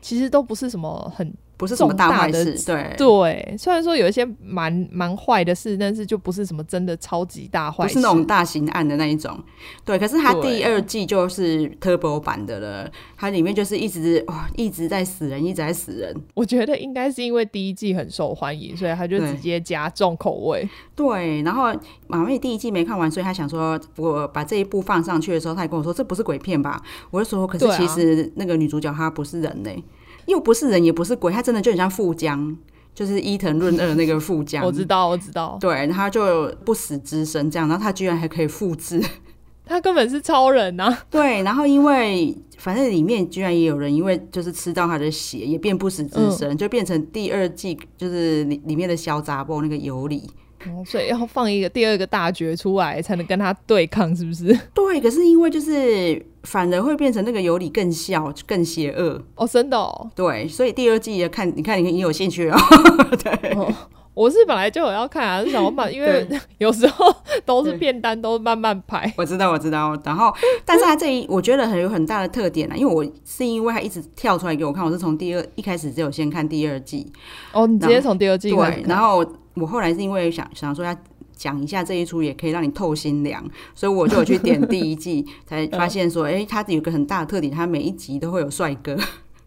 Speaker 1: 其实都不是什么很
Speaker 2: 不是什么
Speaker 1: 重大
Speaker 2: 坏
Speaker 1: 的
Speaker 2: 事，对，
Speaker 1: 对。虽然说有一些蛮蛮坏的事，但是就不是什么真的超级大坏
Speaker 2: 不
Speaker 1: 事，
Speaker 2: 是那种大型案的那一种。对，可是它
Speaker 1: 对
Speaker 2: 第二季就是 Turbo 版的了，它里面就是一直哇、一直在死人，一直在死人。
Speaker 1: 我觉得应该是因为第一季很受欢迎，所以他就
Speaker 2: 对
Speaker 1: 直接加重口味。
Speaker 2: 对，然后马妹第一季没看完，所以她想说，我把这一部放上去的时候，她也跟我说这不是鬼片吧？我就说，可是
Speaker 1: 对啊
Speaker 2: 其实那个女主角她不是人呢、又不是人也不是鬼，她真的就很像富江，就是伊藤润二那个富江。
Speaker 1: 我知道，我知道，
Speaker 2: 对，然后她就不死之身这样，然后她居然还可以复制。
Speaker 1: 他根本是超人啊呐、
Speaker 2: 对，然后因为反正里面居然也有人因为就是吃到她的血，也变不死
Speaker 1: 嗯
Speaker 2: 之身，就变成第二季就是里里面的小杂包那个尤里。
Speaker 1: 哦所以要放一个第二个大绝出来，才能跟他对抗，是不是？
Speaker 2: 对，可是因为就是反而会变成那个尤里更笑更邪恶，
Speaker 1: 哦，真的哦，
Speaker 2: 对，所以第二季也看，你看你你有兴趣哦， 对。
Speaker 1: 哦我是本来就有要看啊，是想要 把，因为有时候都是片单都慢慢排，
Speaker 2: 我知道，我知道。然后，但是他这一我觉得很有很大的特点啊，因为我是因为他一直跳出来给我看，我是从第二一开始只有先看第二季，
Speaker 1: 哦，你直接从第二季开始
Speaker 2: 对，
Speaker 1: 看
Speaker 2: 然后我后来是因为想想说要讲一下这一出，也可以让你透心凉，所以我就有去点第一季，才发现说，哎、它有个很大的特点，它每一集都会有帅哥，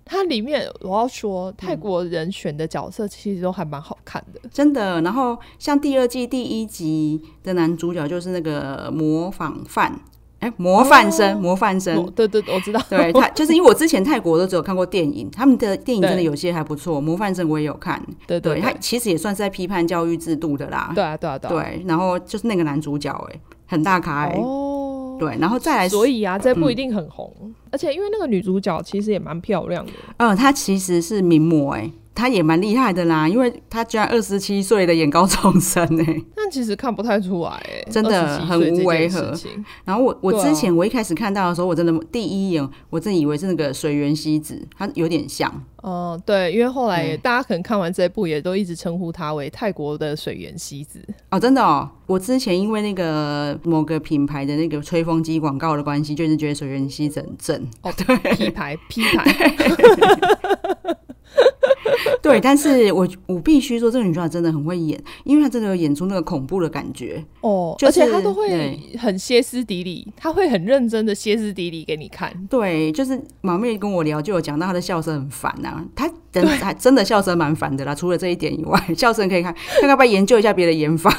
Speaker 1: 它里面我要说，泰国人选的角色其实都还蛮好看的，
Speaker 2: 真的。然后像第二季第一集的男主角就是那个模仿犯，哎、
Speaker 1: 哦
Speaker 2: 模范生，模范
Speaker 1: 我
Speaker 2: 生。
Speaker 1: 对对，对我知道，
Speaker 2: 对他，就是因为我之前泰国都只有看过电影，他们的电影真的
Speaker 1: 对
Speaker 2: 有些还不错，《模范生》我也有看。
Speaker 1: 对对
Speaker 2: 他
Speaker 1: 对，
Speaker 2: 其实也算是在批判教育制度的啦。
Speaker 1: 对啊对啊对啊，
Speaker 2: 对，然后就是那个男主角、哎，很大咖、哎、
Speaker 1: 哦，
Speaker 2: 对，然后再来，
Speaker 1: 所以啊，这部一定很红，而且因为那个女主角其实也蛮漂亮的，
Speaker 2: 嗯、呃，他其实是名模、哎，他也蛮厉害的啦，因为他居然二十七岁的演高中生哎、
Speaker 1: 但其实看不太出来、欸，
Speaker 2: 真的
Speaker 1: 27
Speaker 2: 很
Speaker 1: 岁这
Speaker 2: 无
Speaker 1: 件
Speaker 2: 违
Speaker 1: 事
Speaker 2: 和
Speaker 1: 情
Speaker 2: 然后我我
Speaker 1: 对啊
Speaker 2: 之前我一开始看到的时候，我真的第一眼我真的以为是那个水原希子，她有点像，
Speaker 1: 嗯，对，因为后来也
Speaker 2: 嗯
Speaker 1: 大家可能看完这一部，也都一直称呼她为泰国的水原 希子。
Speaker 2: 哦，真的哦！我之前因为那个某个品牌的那个吹风机广告的关系，就是觉得水原希子很正，
Speaker 1: 哦，对，P 牌 P 牌，
Speaker 2: 对。但是我我必须说，这个女主角真的很会演，因为她真的有演出那个恐怖的感觉。
Speaker 1: 哦，
Speaker 2: 就
Speaker 1: 而且她
Speaker 2: 是
Speaker 1: 都会
Speaker 2: 对
Speaker 1: 很歇斯底里，她会很认真的歇斯底里给你看。
Speaker 2: 对，就是毛妹跟我聊，就有讲到她的笑声很烦呐、啊，她真她真的笑声蛮烦的啦。除了这一点以外，笑声可以看，看要不要研究一下别的演法。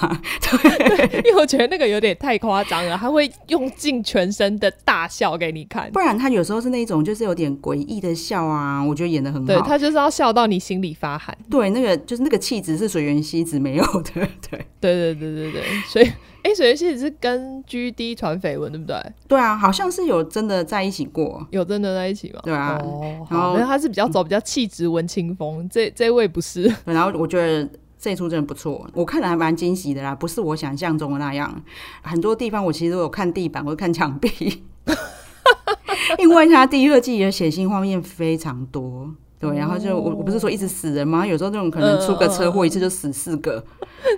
Speaker 1: 因为我觉得那个有点太夸张了，她会用尽全身的大笑给你看。
Speaker 2: 不然她有时候是那种就是有点诡异的笑啊，我觉得演的很
Speaker 1: 对
Speaker 2: 好。
Speaker 1: 她就是要笑到你心里发寒。
Speaker 2: 对，那个就是那个气质是水原希子没有的， 对。
Speaker 1: 对对对对对，所以哎，水原希子是跟 GD 传绯闻对不对？
Speaker 2: 对啊，好像是有真的在一起过。
Speaker 1: 有真的在一起吗？
Speaker 2: 对啊
Speaker 1: 哦，
Speaker 2: 然
Speaker 1: 好，
Speaker 2: 后嗯
Speaker 1: 那他是比较走比较气质文青风，这这位不是。
Speaker 2: 对然后我觉得这一出真的不错，我看了还蛮惊喜的啦，不是我想象中的那样。很多地方我其实都有看地板，我看墙壁， 因为它第二季的血腥画面非常多。对，然后就我我不是说一直死人吗？有时候那种可能出个车祸一次就死四个，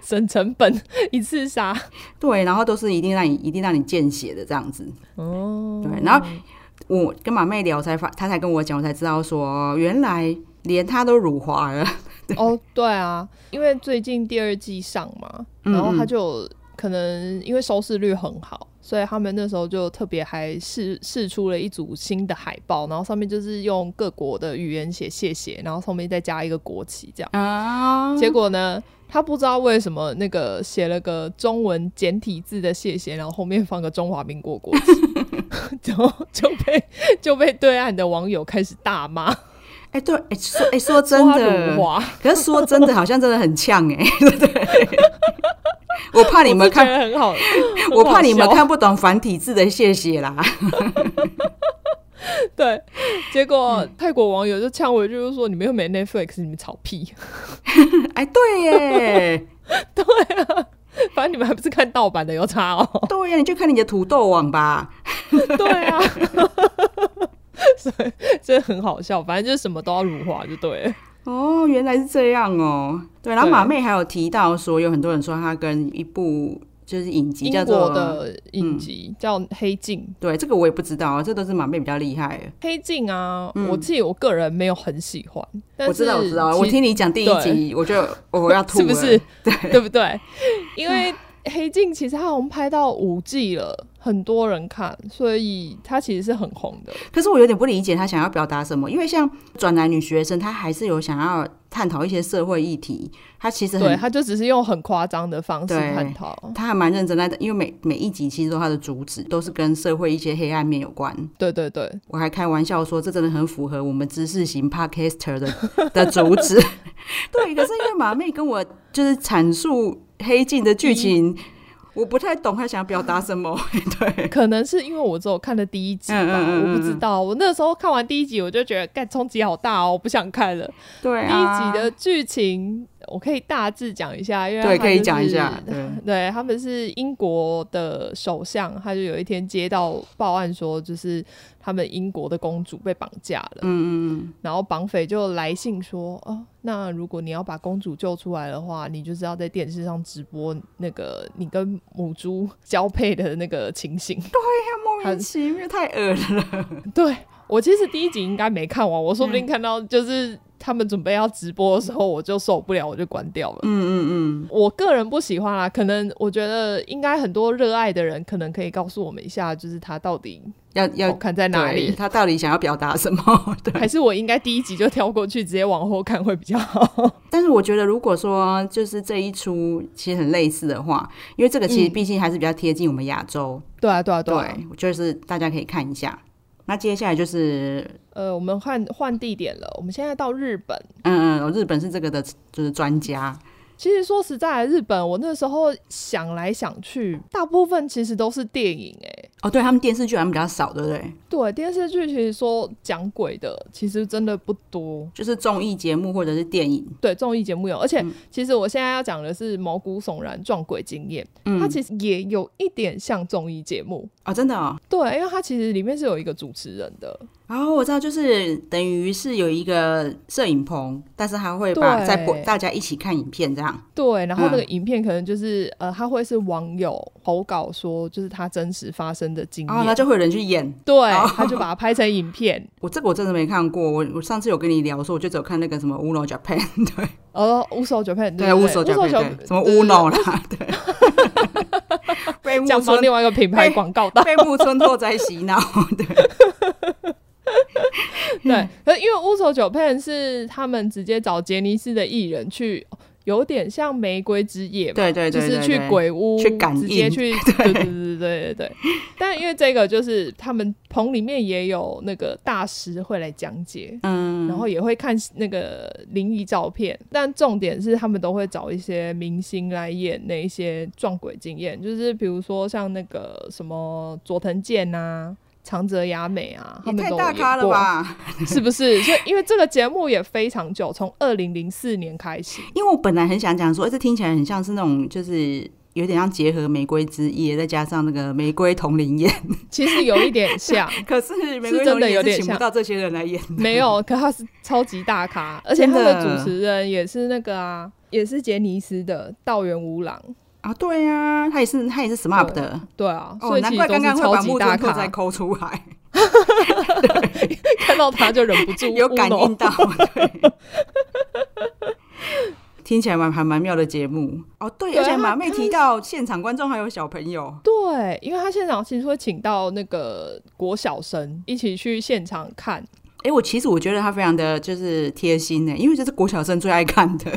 Speaker 1: 省成本， 一次杀。
Speaker 2: 对，然后都是一定让你一定让你见血的这样子。哦，对，然后我跟马妹聊才发，她才跟我讲，我才知道说原来连她都辱华 了。
Speaker 1: 哦，对啊，因为最近第二季上嘛，
Speaker 2: 嗯
Speaker 1: 然后他就可能因为收视率很好，所以他们那时候就特别还试试出了一组新的海报，然后上面就是用各国的语言写谢谢，然后后面再加一个国旗这样。
Speaker 2: 啊，
Speaker 1: 结果呢，他不知道为什么那个写了个中文简体字的谢谢，然后后面放个中华民国国旗， 然后就被就被对岸的网友开始大骂，
Speaker 2: 哎、对，哎、说哎、说真
Speaker 1: 哇辱
Speaker 2: 的，
Speaker 1: 华，
Speaker 2: 可是说真的，好像真的很呛哎、 对不对？我怕你们
Speaker 1: 我
Speaker 2: 看，
Speaker 1: 是觉得 很好，很好
Speaker 2: 我怕你们
Speaker 1: 笑
Speaker 2: 看不懂繁体字的，谢谢啦。
Speaker 1: 对，结果泰国网友就呛回去，就说你们又没 Netflix，你们吵屁，
Speaker 2: 哎、对耶，
Speaker 1: 反正你们还不是看盗版的有差哦。
Speaker 2: 对呀，你就看你的土豆网吧。
Speaker 1: 对啊， 所以这很好笑，反正就是什么都要辱华就对了。
Speaker 2: 哦，原来是这样哦。对，然后
Speaker 1: 对
Speaker 2: 马妹还有提到说，有很多人说她跟一部就是影集叫
Speaker 1: 英
Speaker 2: 做嗯
Speaker 1: 国的影集、叫《黑镜》，
Speaker 2: 对，这个我也不知道，这都是马妹比较厉害的。
Speaker 1: 《黑镜》啊，我自己我个人没有很喜欢，
Speaker 2: 嗯
Speaker 1: 但是
Speaker 2: 我知道，我知道，我
Speaker 1: 其
Speaker 2: 听你讲第一集，我就哦我要吐
Speaker 1: 是
Speaker 2: 了，
Speaker 1: 不是？对，不对？因为《黑镜》其实它好像拍到五季了，很多人看，所以它其实是很红的。
Speaker 2: 可是我有点不理解她想要表达什么，因为像转来女学生，她还是有想要探讨一些社会议题，她其实
Speaker 1: 对，
Speaker 2: 很。
Speaker 1: 他就只是用很夸张的方式
Speaker 2: 对
Speaker 1: 探讨。
Speaker 2: 她还蛮认真在，因为每每一集其实都她的主旨都是跟社会一些黑暗面有关。
Speaker 1: 对对对，
Speaker 2: 我还开玩笑说，这真的很符合我们知识型 podcaster 的 的主旨。对，可是因为马妹跟我就是阐述黑镜的剧
Speaker 1: 嗯
Speaker 2: 情，我不太懂她想表达什 么。对，
Speaker 1: 可能是因为我只有看了第一集吧，
Speaker 2: 嗯嗯嗯嗯
Speaker 1: 我不知道。我那时候看完第一集，我就觉得干冲击好大哦，我不想看了。
Speaker 2: 对
Speaker 1: 第
Speaker 2: 啊，
Speaker 1: 一集的剧情我可以大致讲一下，因为
Speaker 2: 对
Speaker 1: 它
Speaker 2: 可以
Speaker 1: 就是
Speaker 2: 讲一下。对，
Speaker 1: 对，他们是英国的首相，他就有一天接到报案说，就是他们英国的公主被绑架了。嗯嗯然后绑匪就来信说，哦，那如果你要把公主救出来的话，你就是要在电视上直播那个你跟母猪 交配的那个情形。
Speaker 2: 莫名其妙太恶了。
Speaker 1: 对我其实第一集应该没看完，我说不
Speaker 2: 嗯
Speaker 1: 定看到就是他们准备要直播的时候，我就受不了，我就关掉了。
Speaker 2: 嗯嗯嗯，
Speaker 1: 我个人不喜欢啦，可能我觉得应该很多热爱的人可能可以告诉我们一下，就是他到底
Speaker 2: 要
Speaker 1: 好
Speaker 2: 要
Speaker 1: 看在哦哪
Speaker 2: 对
Speaker 1: 里，
Speaker 2: 她到底想要表达什么？ 对。
Speaker 1: 还是我应该第一集就跳过去，直接往后看会比较 好？
Speaker 2: 但是我觉得，如果说就是这一出其实很类似的话，因为这个其实
Speaker 1: 嗯
Speaker 2: 毕竟还是比较贴近我们亚洲，
Speaker 1: 对啊，对啊，对啊。
Speaker 2: 对，就是大家可以看一下。那接下来就是，
Speaker 1: 呃，我们换换地点了，我们现在到日本。
Speaker 2: 嗯嗯，日本是这个的，就是专家，
Speaker 1: 其实说实在的，日本我那时候想来想去，大部分其实都是电影、欸，
Speaker 2: 哦，对他们电视剧好像比较少，对不对？
Speaker 1: 对，电视剧其实说讲鬼的，其实真的不多。
Speaker 2: 就是综艺节目或者是电影，
Speaker 1: 对，综艺节目有，而
Speaker 2: 嗯
Speaker 1: 且其实我现在要讲的是毛骨悚然撞鬼经验，它其实也有一点像综艺节目。
Speaker 2: 嗯哦，真的哦。
Speaker 1: 对，因为它其实里面是有一个主持人的，
Speaker 2: 然后我知道，就是等于是有一个摄影棚，但是他会把
Speaker 1: 对
Speaker 2: 在播大家一起看影片这样。
Speaker 1: 对，然后那个
Speaker 2: 嗯
Speaker 1: 影片可能就是、呃，他会是网友投稿说，就是他真实发生的经
Speaker 2: 哦然
Speaker 1: 验，
Speaker 2: 后那就会有哦人去演。
Speaker 1: 对，他就把它拍成影片。
Speaker 2: 我这个我真的没看过，我我上次有跟你聊说，我就只有看那个什么《乌龙 Japan》对
Speaker 1: 哦，乌手九片，对
Speaker 2: 乌
Speaker 1: 乌
Speaker 2: 手
Speaker 1: 手
Speaker 2: Japan
Speaker 1: 九
Speaker 2: 对，什么乌龙啦， 对，被木
Speaker 1: 讲到
Speaker 2: 村
Speaker 1: 另外一个品牌
Speaker 2: 被
Speaker 1: 广告到，
Speaker 2: 被木村拓哉洗脑，对，嗯
Speaker 1: 对，可是因为乌手九片是他们直接找杰尼斯的艺人去，有点像玫瑰之夜嘛，
Speaker 2: 对对对
Speaker 1: 就
Speaker 2: 对
Speaker 1: 是去
Speaker 2: 对
Speaker 1: 鬼屋
Speaker 2: 去感
Speaker 1: 直接
Speaker 2: 应
Speaker 1: 去，对对对对对对。但因为这个就是他们棚里面也有那个大师会来讲解，
Speaker 2: 嗯，
Speaker 1: 然后也会看那个灵异照片，但重点是他们都会找一些明星来演那一些撞鬼经验，就是比如说像那个什么佐藤健啊、长泽雅美啊，他
Speaker 2: 也
Speaker 1: 们
Speaker 2: 太
Speaker 1: 都有
Speaker 2: 大咖
Speaker 1: 演
Speaker 2: 了
Speaker 1: 过，
Speaker 2: 吧？
Speaker 1: 是不是？就因为这个节目也非常久，从二零零四年开始，
Speaker 2: 因为我本来很想讲说，哎这听起来很像是那种就是。有点像结合玫瑰之夜，再加上那个玫瑰同林演，
Speaker 1: 其实有一点像，
Speaker 2: 可是玫
Speaker 1: 是
Speaker 2: 瑰
Speaker 1: 真
Speaker 2: 同
Speaker 1: 的
Speaker 2: 林
Speaker 1: 有
Speaker 2: 演是
Speaker 1: 点
Speaker 2: 请不
Speaker 1: 像
Speaker 2: 到这些人来演，
Speaker 1: 没有，可他是超级大咖，而且他
Speaker 2: 真
Speaker 1: 的
Speaker 2: 的
Speaker 1: 主持人也是那个啊，也是杰尼斯的道元吾郎，
Speaker 2: 啊，对呀、啊，他也是他也是 SMAP 的，
Speaker 1: 对啊，
Speaker 2: 哦，
Speaker 1: 所以
Speaker 2: 难
Speaker 1: 其
Speaker 2: 怪
Speaker 1: 实都
Speaker 2: 刚刚会
Speaker 1: 是超
Speaker 2: 把
Speaker 1: 级
Speaker 2: 木
Speaker 1: 大
Speaker 2: 村
Speaker 1: 咖
Speaker 2: 拓。哉抠出来，
Speaker 1: 看到他就忍不 住
Speaker 2: 有感
Speaker 1: 乌龙
Speaker 2: 应到。对 听起来蛮还蛮妙的节目哦，对，
Speaker 1: 对啊
Speaker 2: 而且
Speaker 1: 他
Speaker 2: 马妹提到现场观众还有小朋友，
Speaker 1: 对，因为他现场其实会请到那个国小生一起去现场看，
Speaker 2: 哎、我其实我觉得他非常的就是贴心呢，因为这是国小生最爱看的，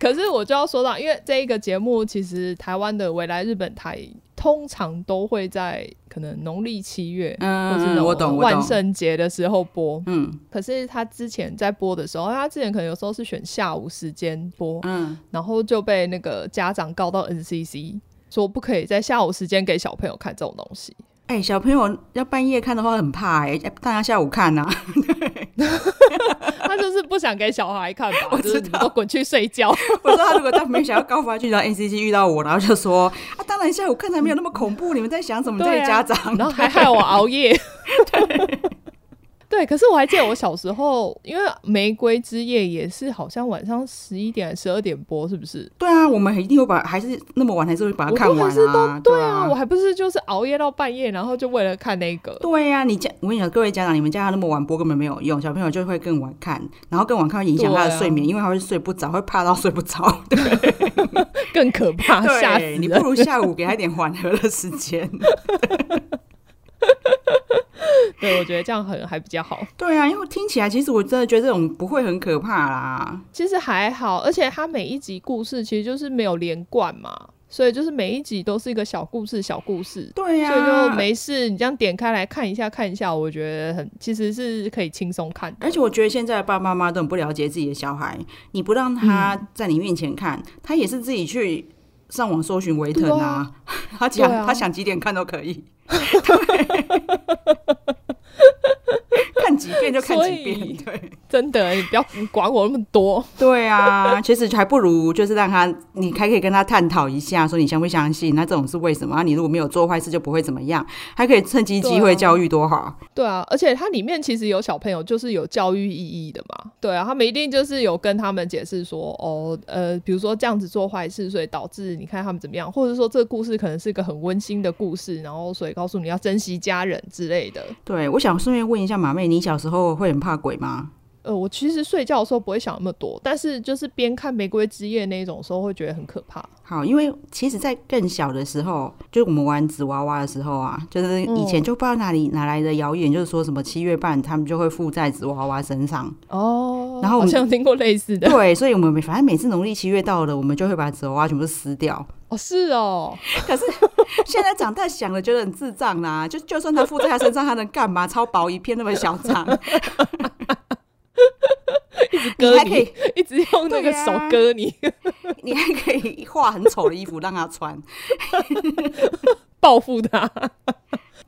Speaker 1: 可是我就要说到，因为这一个节目其实台湾的未来日本台通常都会在可能农历七月。或是那
Speaker 2: 嗯，
Speaker 1: 种
Speaker 2: 我懂，我
Speaker 1: 万
Speaker 2: 懂，
Speaker 1: 圣节的时候播，
Speaker 2: 嗯
Speaker 1: 可是他之前在播的时候，他之前可能有时候是选下午时间播，
Speaker 2: 嗯，
Speaker 1: 然后就被那个家长告到 NCC，说不可以在下午时间给小朋友看这种东西。
Speaker 2: 哎、小朋友要半夜看的话很怕哎、哎大家下午看呐、啊，
Speaker 1: 他就是不想给小孩看吧，
Speaker 2: 我
Speaker 1: 就是
Speaker 2: 知
Speaker 1: 你
Speaker 2: 道
Speaker 1: 们都滚去睡觉。
Speaker 2: 我说他如果他没想要高发去到 NCC 遇到我，然后就说啊，当然下午看才没有那么恐 怖，你们在想什么这
Speaker 1: 对
Speaker 2: 些家
Speaker 1: 啊
Speaker 2: 长？
Speaker 1: 然后还害我熬夜。 对，可是我还记得我小时候，因为《玫瑰之夜》也是好像晚上十一点、十二点播，是不是？
Speaker 2: 对啊，我们一定会把，还是那么晚还是会把它
Speaker 1: 我
Speaker 2: 看
Speaker 1: 都
Speaker 2: 完
Speaker 1: 还是
Speaker 2: 啊。
Speaker 1: 都对啊，我
Speaker 2: 啊，
Speaker 1: 还不是就是熬夜到半夜，然后就为了看那个。
Speaker 2: 对啊，你家我跟你讲，各位家长，你们家长那么晚播根本没有用，小朋友就会更晚看，然后更晚看会影响他的
Speaker 1: 对啊
Speaker 2: 睡眠，因为他会睡不着，会怕到睡不 着。对，
Speaker 1: 更可 怕，啊吓死
Speaker 2: 你
Speaker 1: 人
Speaker 2: 不！如下午给他一点缓和的时间。
Speaker 1: 对，我觉得这样很还比较好。
Speaker 2: 对啊，因为听起来其实我真的觉得这种不会很可怕啦。
Speaker 1: 其实还好，而且它每一集故事其实就是没有连贯嘛，所以就是每一集都是一个小故事，小故事。
Speaker 2: 对啊呀、
Speaker 1: 所以就。没事，你这样点开来看一下看一下，我觉得很其实是可以轻松看的。
Speaker 2: 而且我觉得现在的爸爸妈妈都很不了解自己的小孩，你不让他
Speaker 1: 嗯
Speaker 2: 在你面前看，他也是自己去上网搜寻维腾
Speaker 1: 对
Speaker 2: 啊
Speaker 1: 啊，
Speaker 2: 他想、
Speaker 1: 对啊
Speaker 2: 他想几点看都可 以，对， 看几遍就看
Speaker 1: 所
Speaker 2: 几遍，
Speaker 1: 以
Speaker 2: 对
Speaker 1: 真的，你不要管我那么多。
Speaker 2: 对啊，其实还不如就是让他，你还可以跟他探讨一下，说你相不相信，那这种是为什么？啊、你如果没有做坏事就不会怎么样，还可以趁机机
Speaker 1: 对
Speaker 2: 会
Speaker 1: 啊
Speaker 2: 教育多好，
Speaker 1: 对啊，而且它里面其实有小朋友，就是有教育意义的嘛。对啊，他们一定就是有跟他们解释说，哦，呃，比如说这样子做坏事，所以导致你看他们怎么样，或者说这个故事可能是一个很温馨的故事，然后所以告诉你要珍惜家人之类的。
Speaker 2: 对我想顺便问一下马妹，你小时候会很怕鬼吗？
Speaker 1: 呃，我其实睡觉的时候不会想那么多，但是就是边看《玫瑰之夜》那种时候，会觉得很可怕。
Speaker 2: 好，因为其实，在更小的时候，就是我们玩纸娃娃的时候啊，就是以前就不知道哪里哪来的谣言，就是说什么七月半他们就会附在纸娃娃身上。
Speaker 1: 哦，
Speaker 2: 然后我
Speaker 1: 好
Speaker 2: 们
Speaker 1: 像听过类似的。
Speaker 2: 对，所以我们每反正每次农历七月到了，我们就会把纸娃娃全部撕掉。
Speaker 1: 哦，是哦，
Speaker 2: 可是现在长大想了，觉得很智障啦。 就就算他附在他身上，他能干嘛？超薄一片那么小张，
Speaker 1: 割
Speaker 2: 还可
Speaker 1: 你
Speaker 2: 以，
Speaker 1: 一直用
Speaker 2: 对
Speaker 1: 那个
Speaker 2: 啊
Speaker 1: 手割你，
Speaker 2: 你还可以画很丑的衣服让他穿。
Speaker 1: 报复他。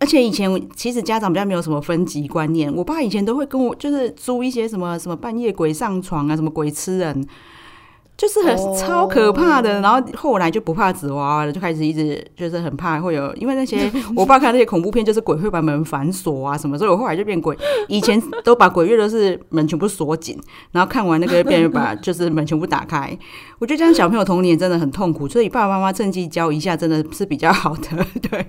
Speaker 2: 而且以前其实家长比较没有什么分级观念，我爸以前都会跟我就是租一些什么什么半夜鬼上床啊，什么鬼吃人，就是很、
Speaker 1: 哦
Speaker 2: 超可怕的。然后后来就不怕纸娃娃了，就开始一直就是很怕会有，因为那些 我爸看那些恐怖片，就是鬼会把门反锁啊什么，所以我后来就变鬼。以前都把鬼月都是门全部锁紧，然后看完那个变人把就是门全部打开。我觉得这样小朋友童年真的很痛苦，所以爸爸妈妈趁机教一下真的是比较好的， 对。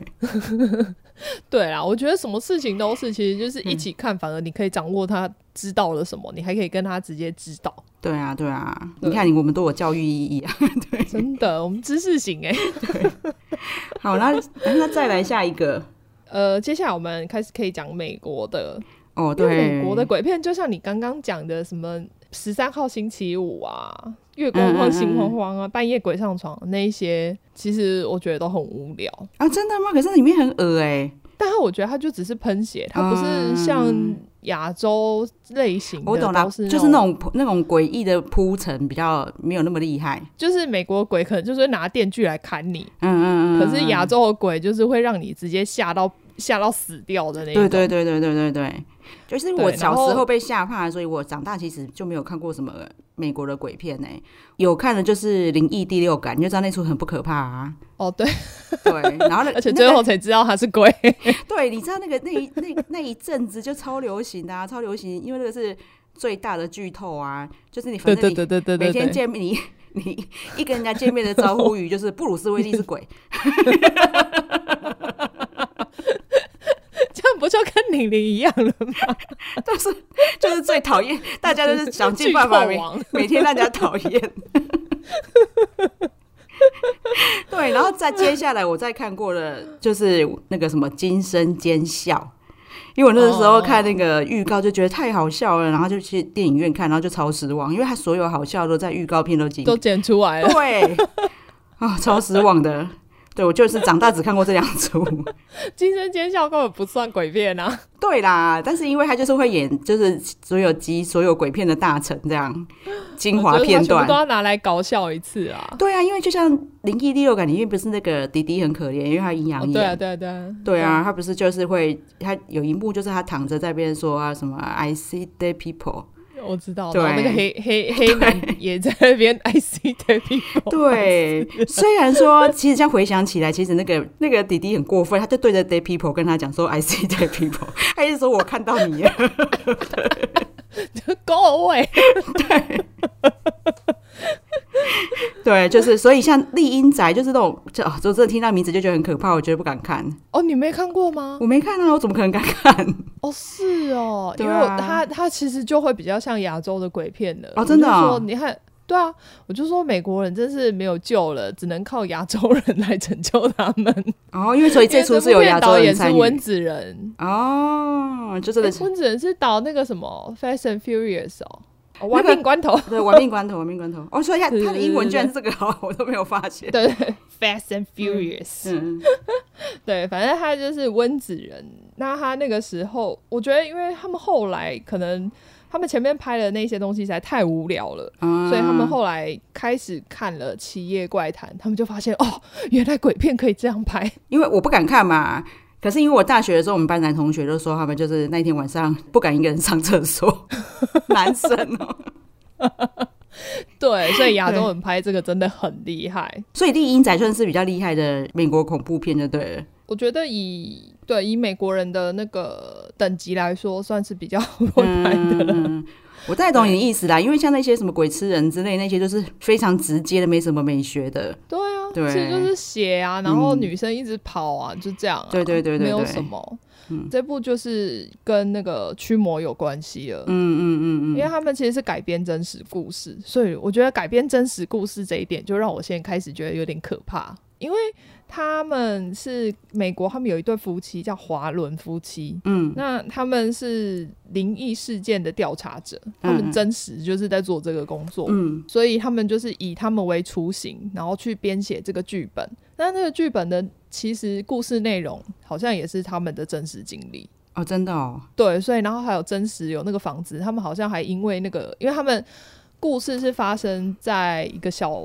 Speaker 1: 对啦，我觉得什么事情都是，其实就是一
Speaker 2: 嗯
Speaker 1: 起看，反而你可以掌握他知道了什么，你还可以跟他直接知道。
Speaker 2: 对啊，对啊，
Speaker 1: 对
Speaker 2: 你看你我们都有教育意义啊。
Speaker 1: 真的，我们知识型哎、
Speaker 2: 好，那那再来下一个
Speaker 1: 呃，接下来我们开始可以讲美国的，
Speaker 2: 哦，
Speaker 1: 因
Speaker 2: 对，
Speaker 1: 为美国的鬼片就像你刚刚讲的什么十三号星期五啊、月光
Speaker 2: 嗯嗯
Speaker 1: 光、
Speaker 2: 嗯
Speaker 1: 心慌慌啊、半夜鬼上床那一些，其实我觉得都很无聊。
Speaker 2: 啊，真的吗？可是里面很恶哎、
Speaker 1: 但他我觉得他就只是喷血，他不是像亚洲类型
Speaker 2: 嗯
Speaker 1: 的，
Speaker 2: 我懂啦，
Speaker 1: 都是
Speaker 2: 就是那种那种诡异的铺陈比较没有那么厉害。
Speaker 1: 就是美国鬼可能就是会拿电锯来砍你，
Speaker 2: 嗯嗯嗯。
Speaker 1: 可是亚洲的鬼就是会让你直接吓到吓到死掉的那一种。
Speaker 2: 对对对对对对对，就是我
Speaker 1: 对然
Speaker 2: 小
Speaker 1: 后
Speaker 2: 时候被吓怕，所以我长大其实就没有看过什么美国的鬼片呢、有看的就是《灵异第六感》，你就知道那出很不可怕啊。
Speaker 1: 哦 对，
Speaker 2: 对，然后那
Speaker 1: 而且
Speaker 2: 那
Speaker 1: 最
Speaker 2: 个
Speaker 1: 后才知道他是鬼。
Speaker 2: 对，你知道那个那一 那那一阵子就超流行的啊，超流行，因为那个是最大的剧透啊，就是你反 正
Speaker 1: 对对
Speaker 2: 你
Speaker 1: 对对对
Speaker 2: 每
Speaker 1: 对
Speaker 2: 天
Speaker 1: 对。
Speaker 2: 见面 你。你一跟人家见面的招呼语就是布鲁斯威利是鬼，
Speaker 1: 这样不就跟玲玲一样 了吗？
Speaker 2: 就是就是最讨厌，大家都是想尽办法
Speaker 1: 剧
Speaker 2: 每
Speaker 1: 透啊王
Speaker 2: 每天让人家讨 厌。对，然后再接下来我再看过的就是那个什么《今生奸笑》，因为我那个时候看那个预告就觉得太好笑了，然后就去电影院看，然后就超失望，因为他所有好笑都在预告片都进
Speaker 1: 都剪出来 了。
Speaker 2: 对啊、超失望的。对我就是长大只看过这两 出。
Speaker 1: 惊声尖笑根本不算鬼片啊！
Speaker 2: 对啦，但是因为他就是会演，就是所有集所有鬼片的大成这样精华
Speaker 1: 啊我觉得他
Speaker 2: 片
Speaker 1: 全
Speaker 2: 段
Speaker 1: 部都。要拿来搞笑一次啊！
Speaker 2: 对啊，因为就像《灵异第六感》里面不是那个迪迪很可怜，因为他阴阳
Speaker 1: 哦
Speaker 2: 眼。
Speaker 1: 对啊，对啊，对啊，
Speaker 2: 对啊，他不是就是会，他有一幕就是他躺着在边说啊什么 “I see dead people”，
Speaker 1: 我知道。
Speaker 2: 对
Speaker 1: 然后那个黑黑黑男也在那边 I C T P。
Speaker 2: 对，虽然说其实这样回想起来，其实那个那个弟弟很过分，他就对着 dead people 跟他讲说 “I see dead people”，他 一直说我看到 你了，
Speaker 1: Go away！
Speaker 2: 对，就是所以像丽英宅就是那种，就哦，就真的听到名字就觉得很可怕，我觉得不敢看，
Speaker 1: 哦，你没看过吗？
Speaker 2: 我没看啊，我怎么可能敢看？
Speaker 1: 哦，是哦，因
Speaker 2: 对
Speaker 1: 为
Speaker 2: 啊
Speaker 1: 我他他其实就会比较像亚洲的鬼片的
Speaker 2: 哦真的
Speaker 1: 我就
Speaker 2: 哦
Speaker 1: 说你看，对啊，我就说美国人真是没有救了，只能靠亚洲人来拯救他们。
Speaker 2: 哦，因为所以这出是有亚洲
Speaker 1: 因
Speaker 2: 人
Speaker 1: 为这部片导演
Speaker 2: 参
Speaker 1: 是温
Speaker 2: 与，
Speaker 1: 子仁，
Speaker 2: 哦，就真的
Speaker 1: 诶
Speaker 2: 是
Speaker 1: 温子仁是导那个什么《Fast and Furious》哦，哦
Speaker 2: 那
Speaker 1: 玩
Speaker 2: 个
Speaker 1: 命关头，
Speaker 2: 对玩命关头，玩命关头，哦，所以他
Speaker 1: 对对
Speaker 2: 他的英文
Speaker 1: 对对
Speaker 2: 居然是这个 哦，我都没有发现，
Speaker 1: 对对，Fast and Furious，、
Speaker 2: 嗯，
Speaker 1: 对，反正他就是温子仁。那他那个时候，我觉得，因为他们后来可能他们前面拍的那些东西实在太无聊了，
Speaker 2: 啊
Speaker 1: 所以他们后来开始看了《七夜怪谈》，他们就发现哦，原来鬼片可以这 样拍。
Speaker 2: 因为我不敢看嘛。可是因为我大学的时候，我们班男同学就说他们就是那天晚上不敢一个人上厕 所，男生哦、
Speaker 1: 对，所以亚洲人拍这个真的很厉害。
Speaker 2: 所以《丽英仔》算是比较厉害的美国恐怖片，就对了。
Speaker 1: 我觉得以对以美国人的那个等级来说，算是比较 会拍的了。
Speaker 2: 嗯，我大概懂你的意思啦。因为像那些什么鬼吃人之类，那些都是非常直接的，没什么美学的。
Speaker 1: 对啊，
Speaker 2: 对
Speaker 1: 其实就是血啊，然后
Speaker 2: 嗯
Speaker 1: 女生一直跑啊，就这样、啊。
Speaker 2: 对对对对
Speaker 1: 没有
Speaker 2: 对嗯
Speaker 1: 什么。这部就是跟那个驱魔有关系了。
Speaker 2: 嗯嗯嗯
Speaker 1: 因为他们其实是改编真实故事，所以我觉得改编真实故事这一点，就让我现在开始觉得有点可怕。因为他们是美国，他们有一对夫妻叫华伦夫妻，
Speaker 2: 嗯
Speaker 1: 那他们是灵异事件的调查者，他
Speaker 2: 嗯
Speaker 1: 们真实就是在做这个工作，
Speaker 2: 嗯
Speaker 1: 所以他们就是以他们为雏形，然后去编写这个剧本。那这个剧本的其实故事内容好像也是他们的真实经历，
Speaker 2: 嗯，哦，真的哦，。
Speaker 1: 对，所以然后还有真实有那个房子，他们好像还因为那个，因为他们故事是发生在一个小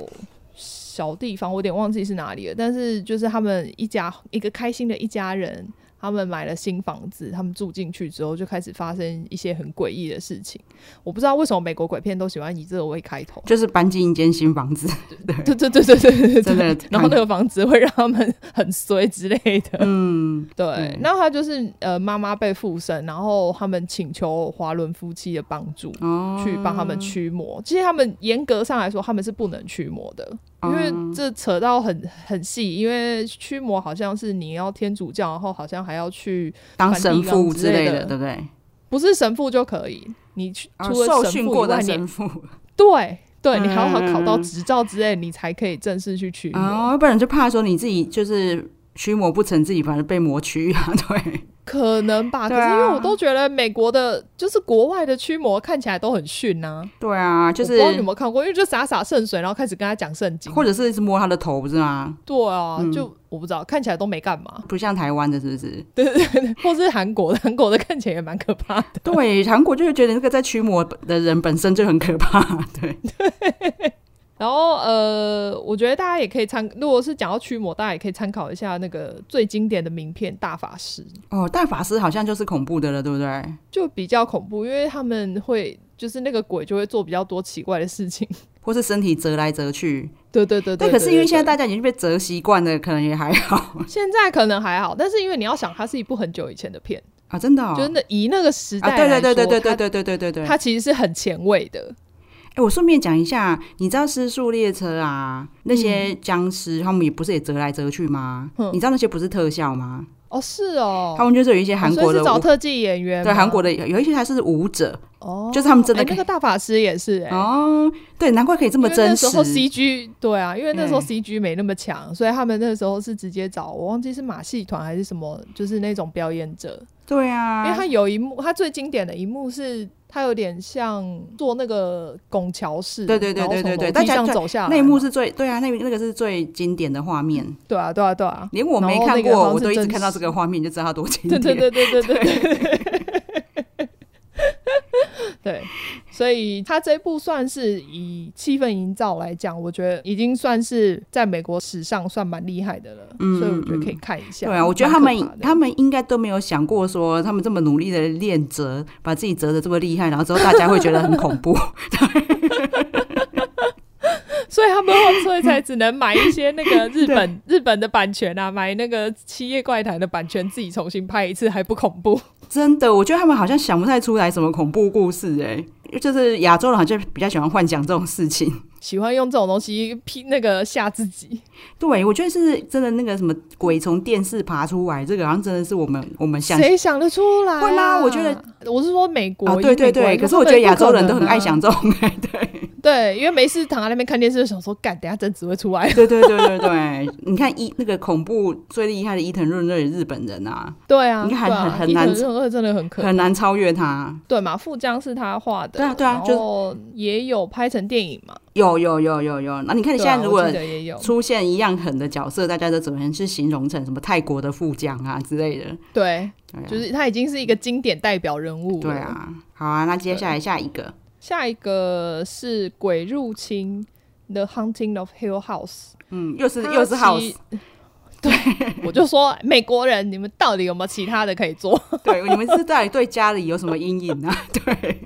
Speaker 1: 小地方，我有点忘记是哪里了。但是就是他们一家一个开心的一家人，他们买了新房子，他们住进去之后就开始发生一些很诡异的事情。我不知道为什么美国鬼片都喜欢以这个为开头
Speaker 2: 就是搬进一间新房子，
Speaker 1: 对对对对对对对
Speaker 2: 真的
Speaker 1: 然后那个房子会让他们很衰之类的。 嗯，对。那他就是呃，妈妈被附身，然后他们请求华伦夫妻的帮助，
Speaker 2: 哦
Speaker 1: 去帮他们驱魔。其实他们严格上来说，他们是不能驱魔的，
Speaker 2: 哦
Speaker 1: 因为这扯到很很细。因为驱魔好像是你要天主教，然后好像还要去，
Speaker 2: 当神父之类
Speaker 1: 梵蒂冈之类
Speaker 2: 的，
Speaker 1: 的
Speaker 2: 对不对？
Speaker 1: 不是神父就可以，你去
Speaker 2: 啊
Speaker 1: 除了
Speaker 2: 受
Speaker 1: 神
Speaker 2: 训
Speaker 1: 父
Speaker 2: 过
Speaker 1: 以外，
Speaker 2: 的
Speaker 1: 你
Speaker 2: 神父，
Speaker 1: 对。对你还要
Speaker 2: 嗯嗯嗯
Speaker 1: 考到执照之类，你才可以正式去驱魔。
Speaker 2: 啊，要不然就怕说你自己就是驱魔不成，自己反而被魔驱啊， 对。
Speaker 1: 可能吧，
Speaker 2: 对
Speaker 1: 可是因为
Speaker 2: 啊
Speaker 1: 我都觉得美国的，就是国外的驱魔看起来都很逊呐、
Speaker 2: 对啊，就
Speaker 1: 我不知道你有
Speaker 2: 是
Speaker 1: 没有看过，因为就洒洒圣水，然后开始跟他讲圣经，
Speaker 2: 或者嗯是一直摸他的头，不是吗？
Speaker 1: 对啊，就我不知道，看起来都没干嘛，
Speaker 2: 不像台湾的，是不是？
Speaker 1: 或是韩国的，韩国的看起来也蛮可怕的，
Speaker 2: 对，韩国就会觉得那个在驱魔的人本身就很可怕，对，
Speaker 1: 然后呃，我觉得大家也可以参，如果是讲到驱魔，大家也可以参考一下那个最经典的名片《大法师》，
Speaker 2: 哦，但法师好像就是恐怖的了，对不对？
Speaker 1: 就比较恐怖，因为他们会就是那个鬼就会做比较多奇怪的事情，
Speaker 2: 或是身体折来折去，
Speaker 1: 对对对对
Speaker 2: 但可是因为现在
Speaker 1: 大。对
Speaker 2: 大家已经被折习惯了，可能也还好
Speaker 1: 现在可能还好，但是因为你要想，它是一部很久以前的片，
Speaker 2: 啊，真的、哦，
Speaker 1: 就是那以那个时代
Speaker 2: 啊，
Speaker 1: 来
Speaker 2: 对
Speaker 1: 说，
Speaker 2: 对对对对对对对对对对。
Speaker 1: 它
Speaker 2: 哎、
Speaker 1: 它其实是很前卫的。
Speaker 2: 我顺便讲一下，你知道《失速列车》啊，那
Speaker 1: 嗯
Speaker 2: 些僵尸、他们也不是也折来折去吗？你知道那些不是特效吗？
Speaker 1: 哦，是哦，
Speaker 2: 他们就是有一些韩
Speaker 1: 所
Speaker 2: 国
Speaker 1: 以
Speaker 2: 的
Speaker 1: 是找
Speaker 2: 舞，
Speaker 1: 特技演员吗，
Speaker 2: 对韩国的有一些还是舞者，
Speaker 1: 哦，
Speaker 2: 就是他们真的
Speaker 1: 哎
Speaker 2: 可以
Speaker 1: 那个大法师也是哎、
Speaker 2: 哦，对，难怪可以这
Speaker 1: 因
Speaker 2: 么
Speaker 1: 为
Speaker 2: 真
Speaker 1: 那
Speaker 2: 实嗯
Speaker 1: 时。候 CG 对啊，因为那时候
Speaker 2: 对
Speaker 1: CG 没那么强，所以他们那时候是直接找我忘记是马戏团还是什么，就是那种表演者，
Speaker 2: 对
Speaker 1: 因为
Speaker 2: 啊
Speaker 1: 他，有一幕，他最经典的一幕是，他有点像做那个拱桥式，
Speaker 2: 对对对
Speaker 1: 然后
Speaker 2: 对对对大
Speaker 1: 从楼梯
Speaker 2: 家
Speaker 1: 上
Speaker 2: 就
Speaker 1: 走下来
Speaker 2: 那一幕
Speaker 1: 嘛
Speaker 2: 是最对啊，那那个是最经典的画面，
Speaker 1: 对啊对啊对啊，
Speaker 2: 连我没
Speaker 1: 然后
Speaker 2: 看
Speaker 1: 那个好
Speaker 2: 过，
Speaker 1: 像
Speaker 2: 我
Speaker 1: 是
Speaker 2: 都一直
Speaker 1: 真
Speaker 2: 看到
Speaker 1: 实
Speaker 2: 这个画面就知道它多经
Speaker 1: 对
Speaker 2: 典。
Speaker 1: 对对对对对对。 对，所以他这部算是以气氛营造来讲，我觉得已经算是在美国史上算蛮厉害的了。所以嗯我觉得可以看一下。
Speaker 2: 对啊，我觉得他
Speaker 1: 蛮可怕
Speaker 2: 们
Speaker 1: 的
Speaker 2: 他们应该都没有想过说，他们这么努力的练折，把自己折的这么厉害，然后之后大家会觉得很恐怖。
Speaker 1: 所以他们后所以才只能买一些那个 日本日本的版权啊，买那个《七夜怪谈》的版权，自己重新拍一次还不恐怖。
Speaker 2: 真的，我觉得他们好像想不太出来什么恐怖故事哎、就是亚洲人好像比较喜欢幻想这种事情。
Speaker 1: 喜欢用这种东西批那个吓自己，
Speaker 2: 对，我觉得是真的那个什么鬼从电视爬出来，这个好像真的是我们我们想
Speaker 1: 谁想得出来、啊？
Speaker 2: 会吗我觉得，
Speaker 1: 我是说美国，
Speaker 2: 啊，对对对，可是我觉得亚洲人都
Speaker 1: 嗯
Speaker 2: 很爱想这种，欸 对
Speaker 1: 啊对，因为没事躺在那边看电视，就想说干，等一下贞子会出来。
Speaker 2: 对对对对对，你看伊那个恐怖最厉害的伊藤润二也是日本人啊，
Speaker 1: 对啊，
Speaker 2: 你看很
Speaker 1: 对啊
Speaker 2: 很难
Speaker 1: 伊藤润二真的很可
Speaker 2: 很难超越他。
Speaker 1: 对嘛，富江是他画的，
Speaker 2: 对啊对啊就是
Speaker 1: 然后也有拍成电影嘛。
Speaker 2: 有有有有有，那你看你现
Speaker 1: 对啊
Speaker 2: 在如果
Speaker 1: 我记得也有，
Speaker 2: 出现一样狠的角色，大家都只能是形容成什么泰国的副将啊之类的。
Speaker 1: 对，
Speaker 2: 对啊
Speaker 1: 就是他已经是一个经典代表人物了。
Speaker 2: 对，啊，好啊，那接下来下一个
Speaker 1: 下一个是《鬼入侵》The Hunting of Hill House，
Speaker 2: 嗯，又是
Speaker 1: 它
Speaker 2: 又是
Speaker 1: 其
Speaker 2: House，
Speaker 1: 我就说美国人，你们到底有没有其他的可以做？
Speaker 2: 对，你们是到底对家里有什么阴影 啊？对，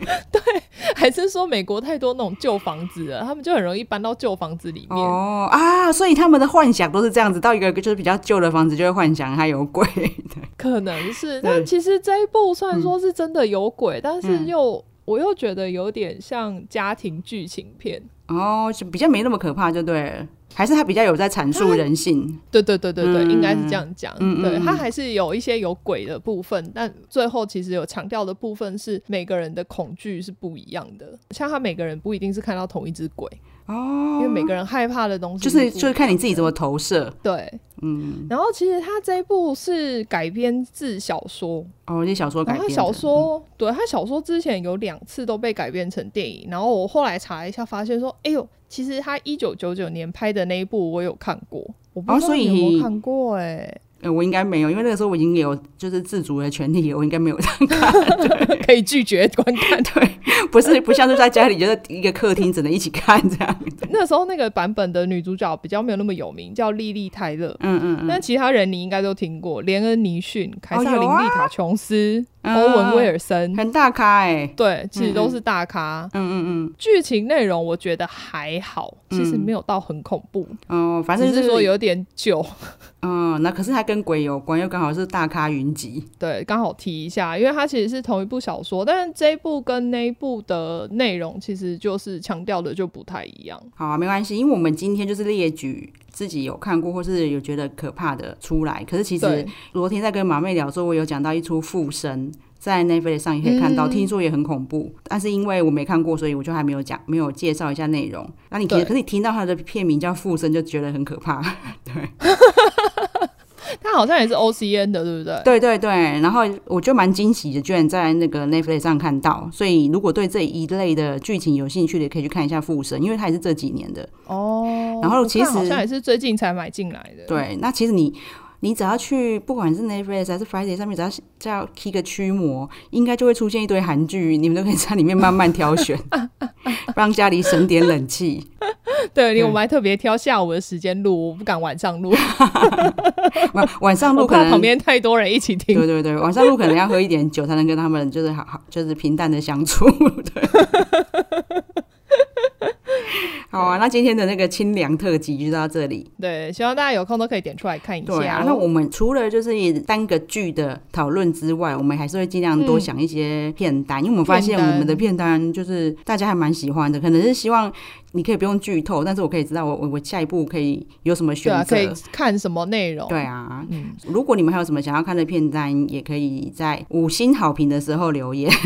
Speaker 1: 还是说美国太多那种旧房子了，他们就很容易搬到旧房子里面？
Speaker 2: 哦啊，所以他们的幻想都是这样子，到一个就是比较旧的房子就会幻想它有鬼，
Speaker 1: 可能是，
Speaker 2: 对
Speaker 1: 但其实这一部虽然说是真的有鬼，但是
Speaker 2: 嗯
Speaker 1: 又我又觉得有点像家庭剧情片。
Speaker 2: 哦，就比较没那么可怕，就对了。还是他比较有在阐述人性，
Speaker 1: 对对对对对，
Speaker 2: 嗯
Speaker 1: 应该是这样讲。
Speaker 2: 嗯嗯
Speaker 1: 对，
Speaker 2: 嗯
Speaker 1: 它还是有一些有鬼的部分，但最后其实有强调的部分是每个人的恐惧是不一样的。像他每个人不一定是看到同一只鬼哦，因为每个人害怕的东西
Speaker 2: 就是
Speaker 1: 不
Speaker 2: 就是看你自己怎么投射。
Speaker 1: 对。
Speaker 2: 嗯，
Speaker 1: 然后其实他这一部是改编自小说，
Speaker 2: 哦，这小说改
Speaker 1: 然
Speaker 2: 编的。
Speaker 1: 后
Speaker 2: 嗯
Speaker 1: 啊他小说，对他小说之前有两次都被改编成电影，然后我后来查一下，发现说，哎呦，其实他一九九九年拍的那一部我有看过，我不
Speaker 2: 哦
Speaker 1: 知道
Speaker 2: 所以
Speaker 1: 你有没有看过、哎、
Speaker 2: 呃，我应该没有，因为那个时候我已经有就是自主的权利了，我应该没有 这样
Speaker 1: 可以拒绝观看。
Speaker 2: 对，不是不像是在家里就是一个客厅只能一起看这样。
Speaker 1: 那时候那个版本的女主角比较没有那么有名，叫莉莉泰勒。
Speaker 2: 嗯嗯嗯，
Speaker 1: 但其他人你应该都听过，连恩·尼逊、凯
Speaker 2: 哦
Speaker 1: 撒琳
Speaker 2: 有啊
Speaker 1: ·丽塔·琼斯、
Speaker 2: 嗯
Speaker 1: 欧文·威尔森，
Speaker 2: 很大咖哎、
Speaker 1: 对，其实都是大咖。
Speaker 2: 嗯嗯
Speaker 1: 剧情内容我觉得还好，其实
Speaker 2: 嗯
Speaker 1: 没有到很恐怖，
Speaker 2: 嗯，哦，反正
Speaker 1: 只
Speaker 2: 就是
Speaker 1: 说有点久。
Speaker 2: 嗯，那可是它跟鬼有关，又刚好是大咖云集。
Speaker 1: 对，刚好提一下，因为它其实是同一部小说，但是这一部跟那一部的内容其实就是强调的就不太一样。
Speaker 2: 好啊，没关系，因为我们今天就是列举自己有看过或是有觉得可怕的出来。可是其
Speaker 1: 对
Speaker 2: 实，昨天在跟马妹聊的时候，我有讲到一出《附身》。在 Netflix 上也可以看到，
Speaker 1: 嗯
Speaker 2: 听说也很恐怖，但是因为我没看过，所以我就还没有讲，没有介绍一下内容。那你可
Speaker 1: 对
Speaker 2: 可是你听到它的片名叫《附身》，就觉得很可怕。
Speaker 1: 它好像也是 OCN 的，对不对？
Speaker 2: 对对对，然后我就蛮惊喜的，居然在那个 Netflix 上看到。所以如果对这一类的剧情有兴趣的，也可以去看一下《附身》，因为它也是这几年的。
Speaker 1: 哦，
Speaker 2: 然后
Speaker 1: 我
Speaker 2: 其
Speaker 1: 看好
Speaker 2: 实
Speaker 1: 像也是最近才买进来的。，
Speaker 2: 对，那其实你你只要去，不管是 Netflix 还是 Friday 上面，只要只要 key 个驱魔，应该就会出现一堆韩剧，你们都可以在里面慢慢挑选， 让家里省点冷气。
Speaker 1: 对，
Speaker 2: 对
Speaker 1: 我们还特别挑下午的时间录，我不敢晚上录，
Speaker 2: 晚晚上
Speaker 1: 我
Speaker 2: 录可
Speaker 1: 怕旁
Speaker 2: 能。
Speaker 1: 边太多人一起听。
Speaker 2: 对对对，晚上录可能要喝一点酒，才能跟他们就是好好就是平淡的相处。 对，好啊，那今天的那个清凉特辑就到这里。
Speaker 1: 对，希望大家有空都可以点出来看一下哦。
Speaker 2: 对啊，那我们除了就是单个剧的讨论之外，我们还是会尽量多
Speaker 1: 嗯
Speaker 2: 想一些片单，因为我们发现
Speaker 1: 片单
Speaker 2: 我们的片单就是大家还蛮喜欢的，可能是希望你可以不用剧透，但是我可以知道我我我下一步可以有什么
Speaker 1: 对
Speaker 2: 选
Speaker 1: 啊，
Speaker 2: 择
Speaker 1: 可。以看什么内容？
Speaker 2: 对，啊，
Speaker 1: 嗯，
Speaker 2: 如果你们还有什么想要看的片单，也可以在五星好评的时候留言。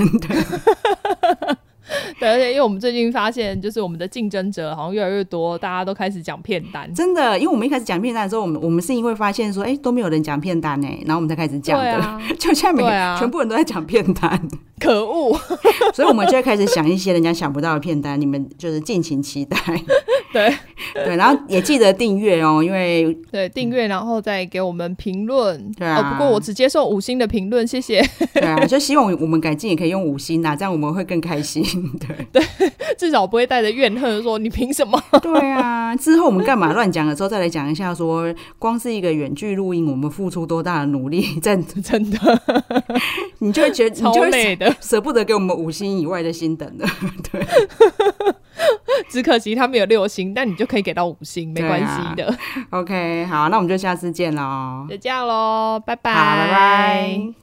Speaker 1: 对，而且因为我们最近发现，就是我们的竞争者好像越来越多，大家都开始讲片单。
Speaker 2: 真的，因为我们一开始讲片单的时候，我们我们是因为发现说，哎、都没有人讲片单呢，然后我们才开始讲
Speaker 1: 对
Speaker 2: 的。
Speaker 1: 啊
Speaker 2: 就现在每、
Speaker 1: 对啊
Speaker 2: 全部人都在讲片单，
Speaker 1: 可恶！
Speaker 2: 所以我们就会开始想一些人家想不到的片单，你们就是尽情期待。
Speaker 1: 对
Speaker 2: 对，然后也记得订阅哦，因为
Speaker 1: 对，订阅然后再给我们评论。
Speaker 2: 对啊
Speaker 1: 哦，不过我只接受五星的评论，谢谢。
Speaker 2: 对啊，就希望我们改进也可以用五星啊啦，这样我们会更开心。 对，
Speaker 1: 至少不会带着怨恨说你凭什么？
Speaker 2: 对啊，之后我们干嘛乱讲的时候再来讲一下说光是一个远距录音，我们付出多大的努力， 在
Speaker 1: 真的
Speaker 2: 你就会觉得你
Speaker 1: 超
Speaker 2: 就会舍
Speaker 1: 累的，
Speaker 2: 舍不得给我们五星以外的星等的。
Speaker 1: 只可惜他们有六星，但你就可以给到五星，没
Speaker 2: 对啊
Speaker 1: 关系的。
Speaker 2: OK，好，那我们就下次见喽。
Speaker 1: 就这样喽，拜拜，
Speaker 2: 好，拜拜。